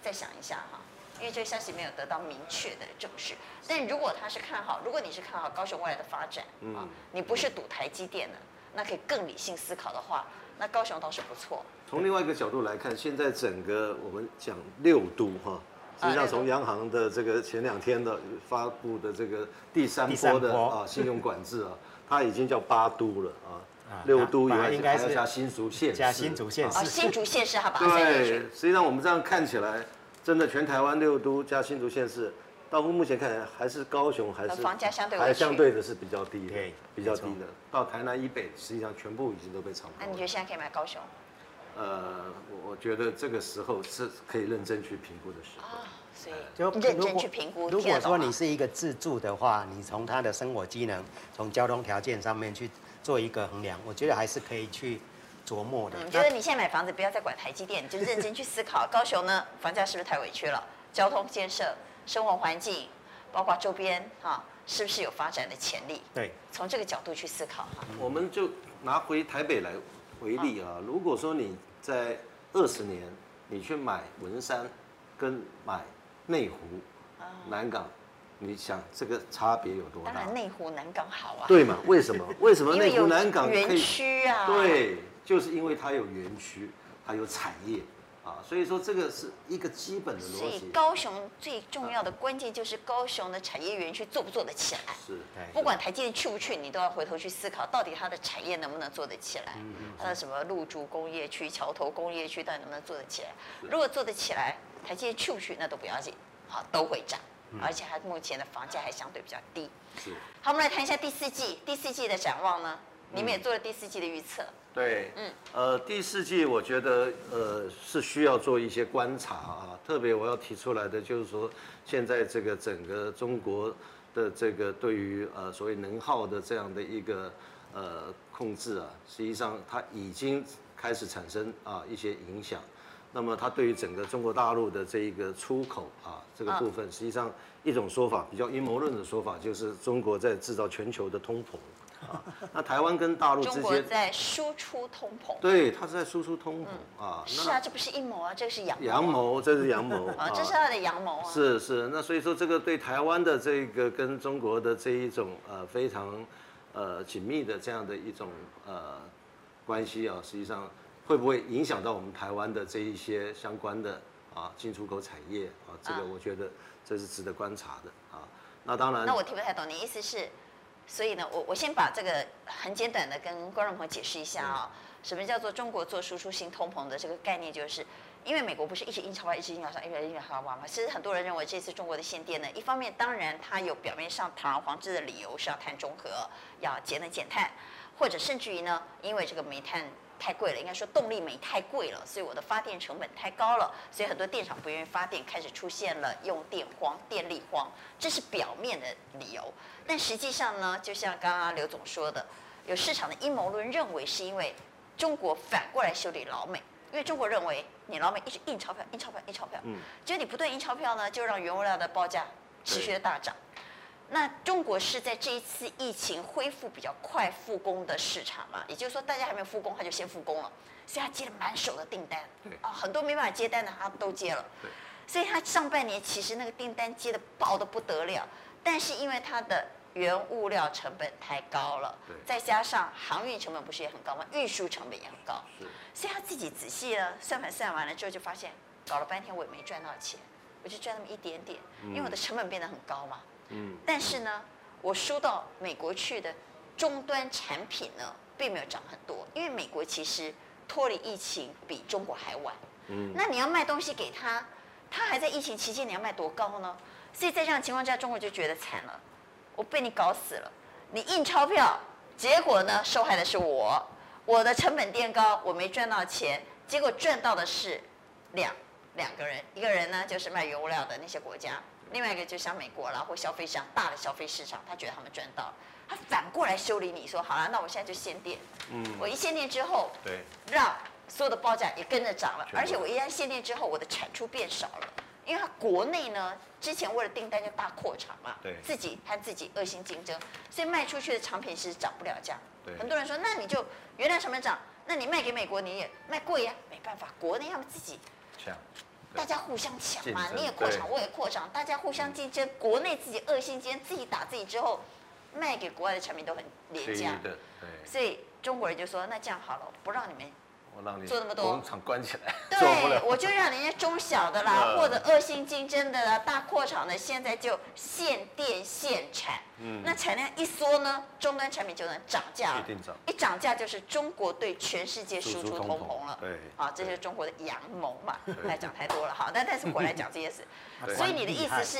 Speaker 1: 再想一下哈，因为这个消息没有得到明确的证实。但如果他是看好，如果你是看好高雄未来的发展啊，你不是赌台积电的，那可以更理性思考的话，那高雄倒是不错。
Speaker 2: 从另外一个角度来看，现在整个我们讲六都哈，实际
Speaker 1: 啊六
Speaker 2: 上
Speaker 1: 都
Speaker 2: 从央行的这个前两天的发布的这个第三
Speaker 3: 第三
Speaker 2: 波的
Speaker 3: 波
Speaker 2: 啊信用管制啊，它已经叫八都了啊
Speaker 3: 啊，
Speaker 2: 六都以
Speaker 3: 那本
Speaker 2: 外
Speaker 3: 来应该
Speaker 2: 还要
Speaker 3: 是
Speaker 2: 加新竹县市，
Speaker 3: 加新竹县
Speaker 1: 啊，
Speaker 3: 市
Speaker 1: 新竹县市还把它塞进
Speaker 2: 对
Speaker 1: 去，，
Speaker 2: 实际上我们这样看起来，真的全台湾六都加新竹县市，到目前看起来还是高雄还
Speaker 1: 呃
Speaker 2: 是
Speaker 1: 房价相对
Speaker 2: 还
Speaker 1: 委屈
Speaker 2: 相对的是比较低的
Speaker 3: 对，
Speaker 2: 比较
Speaker 3: 没
Speaker 2: 低
Speaker 3: 错
Speaker 2: 的。到台南以北，实际上全部已经都被炒
Speaker 1: 那
Speaker 2: 高
Speaker 1: 你觉得。
Speaker 2: 了
Speaker 1: 现在可以买高雄？
Speaker 2: 呃，我我觉得这个时候是可以认真去评估的时候。
Speaker 1: 啊，所以
Speaker 3: 就
Speaker 1: 认真
Speaker 3: 如果
Speaker 1: 去评估
Speaker 3: 如
Speaker 1: 听
Speaker 3: 果
Speaker 1: 得懂
Speaker 3: 说
Speaker 1: 吗
Speaker 3: 你是一个自住的话，你从他的生活机能、从交通条件上面去做一个衡量，我觉得还是可以去琢磨的。
Speaker 1: 嗯，觉
Speaker 3: 那
Speaker 1: 得你现在买房子不要再管台积电，你 就认真去思考高雄呢房价是不是太委屈了，交通建设、生活环境，包括周边啊，是不是有发展的潜力？
Speaker 3: 对，
Speaker 1: 从这个角度去思考哈。
Speaker 2: 我们就拿回台北来为例啊，如果说你在二十年，你去买文山跟买内湖、南港，你想这个差别有多
Speaker 1: 啊当
Speaker 2: 大
Speaker 1: 然？内湖南港好啊，，
Speaker 2: 对嘛？为什么？为什么
Speaker 1: 因为
Speaker 2: 内湖
Speaker 1: 有
Speaker 2: 南港可
Speaker 1: 园
Speaker 2: 以？
Speaker 1: 区啊，，
Speaker 2: 对，就是因为它有园区，它有产业啊，所以说这个是一个基本的
Speaker 1: 所
Speaker 2: 逻
Speaker 1: 以
Speaker 2: 辑。
Speaker 1: 高雄最重要的关键就是高雄的产业园区做不做得起来。
Speaker 2: 是，
Speaker 3: 对
Speaker 1: 不管台积电去不去，你都要回头去思考，到底它的产业能不能做得起来，它的什么陆竹工业区、桥头工业区，到底能不能做得起来？如果做得起来，台积电去不去那都不要紧，好都会涨，而且它目前的房价还相对比较低。
Speaker 2: 是，
Speaker 1: 好，我们来谈一下第四季，第四季的展望呢？你们也做了第四季的预测，
Speaker 2: 对，
Speaker 1: 嗯
Speaker 2: 嗯，呃，第四季我觉得呃是需要做一些观察啊，特别我要提出来的就是说，现在这个整个中国的这个对于呃所谓能耗的这样的一个呃控制啊，实际上它已经开始产生啊一些影响。那么它对于整个中国大陆的这一个出口啊这个
Speaker 1: 嗯
Speaker 2: 部分，实际上一种说法比较阴谋论的说法，就是中国在制造全球的通膨啊。那台湾跟大陆之
Speaker 1: 中
Speaker 2: 间，
Speaker 1: 国在输出通膨，
Speaker 2: 对，它是在输出通膨啊。
Speaker 1: 是啊，这不是阴谋啊，这是阳
Speaker 2: 那阳
Speaker 1: 谋
Speaker 2: 谋，这是阳 谋
Speaker 1: 啊，这是它的阳谋啊，
Speaker 2: 是是，那所以说这个对台湾的这个跟中国的这一种呃非常呃紧密的这样的一种呃关系啊，实际上会不会影响到我们台湾的这一些相关的啊进出口产业啊？这个
Speaker 1: 嗯
Speaker 2: 我觉得这是值得观察的啊。那当然，
Speaker 1: 那我听不太懂，你意思是，所以呢，我我先把这个很简短的跟观众朋友解释一下啊、什么叫做中国做输出型通膨的这个概念，就是因为美国不是一直印钞票，一直印钞票，一直印钞票嘛，其实很多人认为这次中国的限电呢，一方面当然它有表面上堂而皇之的理由是要碳中和，要节能减碳，或者甚至于呢，因为这个煤炭。太贵了，应该说动力煤太贵了，所以我的发电成本太高了，所以很多电厂不愿意发电，开始出现了用电荒、电力荒，这是表面的理由。但实际上呢，就像刚刚刘总说的，有市场的阴谋论认为是因为中国反过来修理老美，因为中国认为你老美一直印钞票、印钞票、印钞票，
Speaker 2: 嗯，
Speaker 1: 就你不断印钞票呢，就让原物料的报价持续的大涨。那中国是在这一次疫情恢复比较快复工的市场嘛，也就是说大家还没有复工，它就先复工了，所以它接了满手的订单
Speaker 2: 对，
Speaker 1: 啊，很多没办法接单的它都接了
Speaker 2: 对，
Speaker 1: 所以它上半年其实那个订单接的爆的不得了，但是因为它的原物料成本太高了
Speaker 2: 对，
Speaker 1: 再加上航运成本不是也很高吗？运输成本也很高，
Speaker 2: 是
Speaker 1: 所以他自己仔细呢算盘算完了之后，就发现搞了半天我也没赚到钱，我就赚那么一点点，因为我的成本变得很高嘛。
Speaker 2: 嗯
Speaker 1: 但是呢，我输到美国去的终端产品呢，并没有涨很多，因为美国其实脱离疫情比中国还晚。
Speaker 2: 嗯
Speaker 1: 那你要卖东西给他，他还在疫情期间，你要卖多高呢？所以在这样的情况下，中国就觉得惨了，我被你搞死了。你印钞票，结果呢，受害的是我，我的成本垫高，我没赚到钱，结果赚到的是两两个人，一个人呢就是卖原物料的那些国家，另外一个就像美国啦或消费市场大的消费市场，他觉得他们赚到了，他反过来修理你说，好了，那我现在就限电，
Speaker 2: 嗯，
Speaker 1: 我一限电之后，
Speaker 2: 对，
Speaker 1: 让所有的报价也跟着涨了，
Speaker 2: 全部
Speaker 1: 而且我一旦限电之后，我的产出变少了，因为它国内呢之前为了订单就大扩产嘛，
Speaker 2: 对
Speaker 1: 自己和自己恶性竞争，所以卖出去的产品是涨不了价。
Speaker 2: 对
Speaker 1: 很多人说，那你就原来成本涨，那你卖给美国你也卖贵呀、没办法，国内他们自己
Speaker 2: 这样，对
Speaker 1: 大家互相抢嘛
Speaker 2: 竞，争
Speaker 1: 你也扩厂，
Speaker 2: 对
Speaker 1: 我也扩厂，大家互相竞争，国内自己恶性竞争，自己打自己之后，卖给国外的产品都很廉
Speaker 2: 随意
Speaker 1: 价，
Speaker 2: 的，对，
Speaker 1: 所以中国人就说，那这样好了，不让你们
Speaker 2: 我让你
Speaker 1: 做那么多
Speaker 2: 工厂关起来， 做不
Speaker 1: 对
Speaker 2: 了，，
Speaker 1: 我就让人家中小的啦，
Speaker 2: 嗯
Speaker 1: 或者恶性竞争的啦，大扩厂的，现在就限电限产，
Speaker 2: 嗯
Speaker 1: 那产量一缩呢，终端产品就能涨价了
Speaker 2: 一，定涨。
Speaker 1: 一涨价就是中国对全世界输
Speaker 2: 输
Speaker 1: 出
Speaker 2: 出
Speaker 1: 通
Speaker 2: 通
Speaker 1: 膨
Speaker 2: 膨
Speaker 1: 了，
Speaker 2: 对
Speaker 1: 啊，这就是中国的阳谋嘛，来讲太多了，好，但但是回来讲这 件事，
Speaker 2: 对
Speaker 1: 所以你的意
Speaker 3: 厉
Speaker 1: 思
Speaker 3: 害
Speaker 1: 是，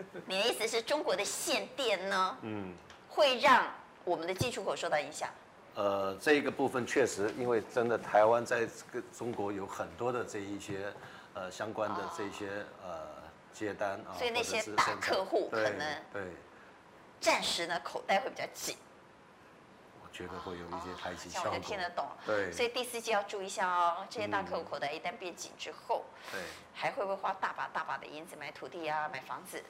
Speaker 1: 你的意思是中国的限电呢，
Speaker 2: 嗯，
Speaker 1: 会让我们的进出口受到影响，
Speaker 2: 呃，这一个部分确实，因为真的台湾在这个中国有很多的这一些呃相关的这些、呃接单啊，
Speaker 1: 哦所以那
Speaker 2: 或者
Speaker 1: 些
Speaker 2: 是
Speaker 1: 大
Speaker 2: 生产
Speaker 1: 客户
Speaker 2: 对
Speaker 1: 可能
Speaker 2: 对，
Speaker 1: 暂时呢口袋会比较紧，
Speaker 2: 我觉得会有一些排挤
Speaker 1: 这
Speaker 2: 效
Speaker 1: 哦样我
Speaker 2: 果。
Speaker 1: 就听得懂。
Speaker 2: 对嗯
Speaker 1: 所以第四季要注意一下哦，这些大客户口袋一旦变紧之后，
Speaker 2: 对，
Speaker 1: 还会不会花大把大把的银子买土地啊、买房子，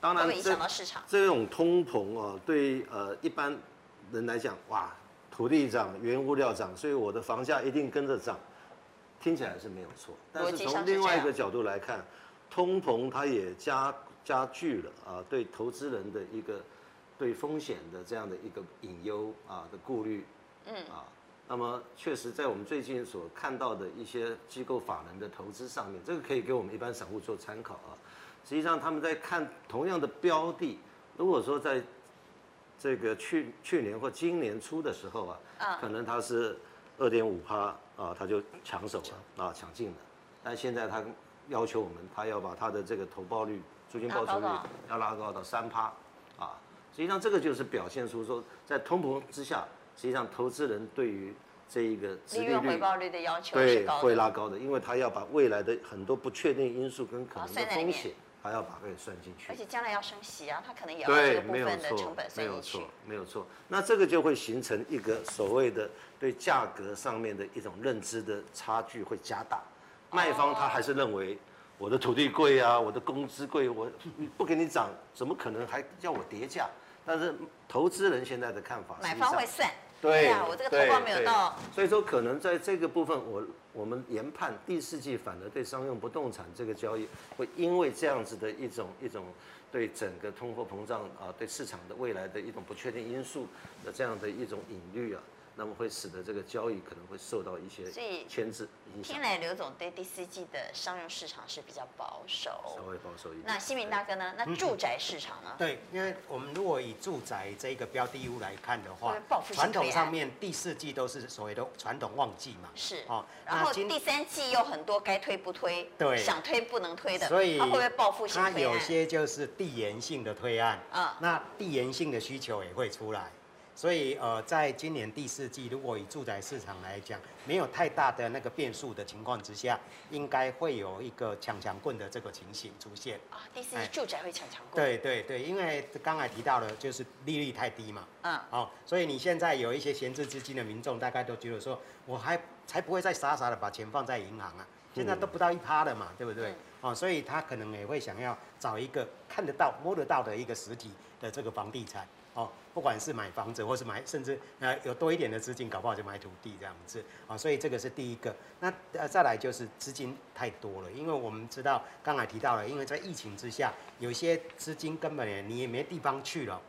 Speaker 2: 当
Speaker 1: 会不
Speaker 2: 然
Speaker 1: 会影
Speaker 2: 这
Speaker 1: 响到市场？
Speaker 2: 这种通膨啊，对呃一般人来讲，哇，土地涨，原物料涨，所以我的房价一定跟着涨，听起来是没有错。但
Speaker 1: 逻
Speaker 2: 是
Speaker 1: 辑上
Speaker 2: 从
Speaker 1: 是
Speaker 2: 另外一
Speaker 1: 这
Speaker 2: 个
Speaker 1: 样
Speaker 2: 角度来看，通膨它也加加剧了啊，对投资人的一个对风险的这样的一个隐忧啊的顾虑，嗯啊。那么，确实在我们最近所看到的一些机构法人的投资上面，这个可以给我们一般散户做参考啊。实际上他们在看同样的标的，如果说在这个去去年或今年初的时候啊，
Speaker 1: 嗯
Speaker 2: 可能它是二点五趴啊，它就抢手了啊，抢进了。但现在它要求我们，它要把它的这个投报率、租金报酬率
Speaker 1: 拉高到
Speaker 2: 要拉高到三趴啊。实际上这个就是表现出说，在通膨之下，实际上投资人对于这一个殖
Speaker 1: 利
Speaker 2: 利
Speaker 1: 润回
Speaker 2: 率
Speaker 1: 报率的要求是
Speaker 2: 对，
Speaker 1: 高
Speaker 2: 会
Speaker 1: 的。
Speaker 2: 拉高的，因为他要把未来的很多不确定因素跟可
Speaker 1: 哦
Speaker 2: 能
Speaker 1: 算
Speaker 2: 的
Speaker 1: 在里
Speaker 2: 风
Speaker 1: 面
Speaker 2: 险，还要把它给算进去
Speaker 1: 而。且将来要升息啊，他可能也要把这
Speaker 2: 对
Speaker 1: 个，部
Speaker 2: 没有
Speaker 1: 分的
Speaker 2: 错
Speaker 1: 成本，
Speaker 2: 没
Speaker 1: 算
Speaker 2: 有
Speaker 1: 进
Speaker 2: 错啊
Speaker 1: 去。，
Speaker 2: 没有错。那这个就会形成一个所谓的对价格上面的一种认知的差距会加大。卖方他还是认为我的土地贵啊，我的工资贵，我不给你涨，怎么可能还叫我叠价？但是投资人现在的看法，
Speaker 1: 买
Speaker 2: 实际
Speaker 1: 方
Speaker 2: 上
Speaker 1: 会算，哎
Speaker 2: 对
Speaker 1: 呀，啊我这个投报没有到，，
Speaker 2: 对对所以说可能在这个部分，我我们研判第四季反而对商用不动产这个交易，会因为这样子的一种一种对整个通货膨胀啊，对市场的未来的一种不确定因素的这样的一种隐虑啊，那么会使得这个交易可能会受到一些
Speaker 1: 所以
Speaker 2: 牵制影响
Speaker 1: 听，来刘总对第四季的商用市场是比较保
Speaker 2: 稍
Speaker 1: 守。
Speaker 2: 微保守一点。
Speaker 1: 那新民大哥呢？那住宅市场呢？
Speaker 3: 对，因为我们如果以住宅这一个标的物来看的话
Speaker 1: 会报复性
Speaker 3: 传
Speaker 1: 悲
Speaker 3: 统
Speaker 1: 哀
Speaker 3: 上面第四季都是所谓的传统旺季嘛，
Speaker 1: 是
Speaker 3: 哦，
Speaker 1: 然
Speaker 3: 那
Speaker 1: 后
Speaker 3: 今
Speaker 1: 第三季又很多该推不推，
Speaker 3: 对
Speaker 1: 想推不能推的，
Speaker 3: 所以
Speaker 1: 他会不会报复性
Speaker 3: 它
Speaker 1: 推
Speaker 3: 有
Speaker 1: 案？
Speaker 3: 些就是递延性的推案，
Speaker 1: 嗯
Speaker 3: 那递延性的需求也会出来。所以呃，在今年第四季，如果以住宅市场来讲，没有太大的那个变数的情况之下，应该会有一个抢抢棍的这个情形出现。
Speaker 1: 啊，第四季
Speaker 3: 哎
Speaker 1: 住宅会抢强过，，
Speaker 3: 对对对，因为刚才提到了，就是利率太低嘛，
Speaker 1: 嗯，
Speaker 3: 哦，所以你现在有一些闲置资金的民众，大概都觉得说，我还才不会再傻傻的把钱放在银行啊，现在都不到一趴了嘛，对不对？
Speaker 1: 嗯
Speaker 3: 哦，所以他可能也会想要找一个看得到、摸得到的一个实体的这个房地产，哦，不管是买房子，或是买，甚至呃有多一点的资金，搞不好就买土地这样子，啊、哦，所以这个是第一个。那呃再来就是资金太多了，因为我们知道刚才提到了，因为在疫情之下，有些资金根本也你也没地方去了。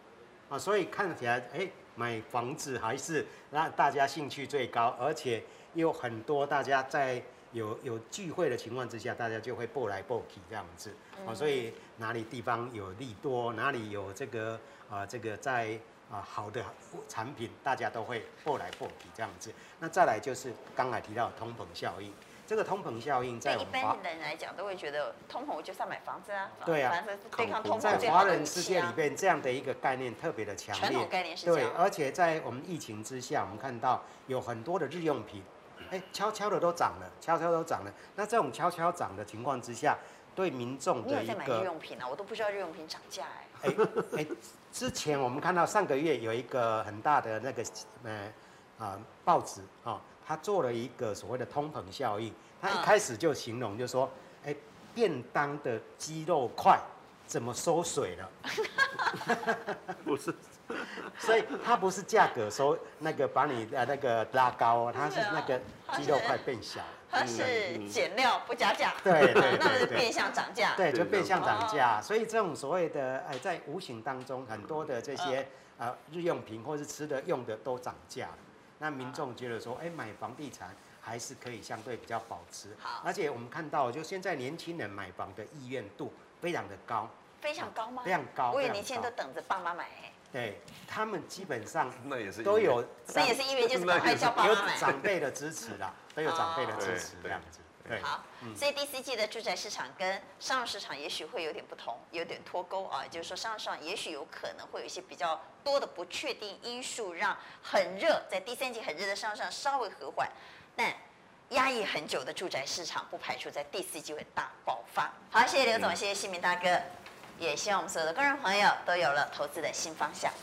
Speaker 3: 啊，所以看起来，哎、买房子还是让大家兴趣最高，而且又很多大家在有有聚会的情况之下，大家就会蹦来蹦去这样子，啊，所以哪里地方有利多，哪里有这个啊、这个在啊、好的产品，大家都会蹦来蹦去这样子。那再来就是刚才提到的通膨效应，这个通膨效应
Speaker 1: 对
Speaker 3: 在我
Speaker 1: 一
Speaker 3: 们华
Speaker 1: 般人来讲都会觉得通膨我就是要买房子啊，
Speaker 3: 对啊
Speaker 1: 房子是对抗通
Speaker 3: 在
Speaker 1: 膨最
Speaker 3: 华
Speaker 1: 好的
Speaker 3: 人
Speaker 1: 武
Speaker 3: 世
Speaker 1: 器
Speaker 3: 界里
Speaker 1: 啊。
Speaker 3: 面，这样的一个概念特别的强
Speaker 1: 传
Speaker 3: 烈。
Speaker 1: 统概念是这
Speaker 3: 对
Speaker 1: 样，
Speaker 3: 而且在我们疫情之下，我们看到有很多的日用品，哎，悄悄的都涨了，悄悄都涨了。那这种悄悄涨的情况之下，对民众
Speaker 1: 你有
Speaker 3: 的一
Speaker 1: 在买日
Speaker 3: 个
Speaker 1: 用品啊？我都不知道日用品涨价哎。
Speaker 3: 哎哎， 之前我们看到上个月有一个很大的那个呃啊、报纸哦，他做了一个所谓的通膨效应，他
Speaker 1: 嗯
Speaker 3: 一开始就形容就说，哎、便当的鸡肉块怎么收水了？
Speaker 2: 不是
Speaker 3: 所以它不是价格说那个把你的那个拉高哦，它是那个
Speaker 2: 啊
Speaker 3: 肌肉块变小，
Speaker 1: 它是减料不加价，
Speaker 3: 嗯对对
Speaker 1: 啊那么
Speaker 3: 对
Speaker 1: 是
Speaker 3: 对
Speaker 1: 变相涨价。
Speaker 3: 对，
Speaker 2: 对哦
Speaker 3: 就变相涨价。所以这种所谓的哎，在无形当中，很多的这
Speaker 2: 嗯
Speaker 3: 些呃日用品或是吃的用的都涨价了。那民众觉得说，哎，买房地产还是可以相对比较保值
Speaker 1: 好，
Speaker 3: 而且我们看到，就现在年轻人买房的意愿度非常的高，
Speaker 1: 非常高吗？
Speaker 3: 非常高
Speaker 1: 我以为
Speaker 3: 非常
Speaker 1: 年轻人都
Speaker 3: 高
Speaker 1: 等着爸妈买哎，
Speaker 3: 对他们基本上
Speaker 2: 那嗯也是
Speaker 3: 都有
Speaker 1: 那也是因为就是赶快叫爸
Speaker 3: 有
Speaker 1: 妈买。
Speaker 3: 长辈的支持啦，都有长辈的支持
Speaker 2: 对
Speaker 3: 这样子。对
Speaker 1: 好，所以第四季的住宅市场跟商务市场也许会有点不同，有点脱钩啊，也就是说商务市场也许有可能会有一些比较多的不确定因素，让很热，在第三季很热的商务市场稍微和缓，但压抑很久的住宅市场不排除在第四季会大爆发。好，谢谢刘总，谢谢新民大哥，也希望我们所有的观众朋友都有了投资的新方向。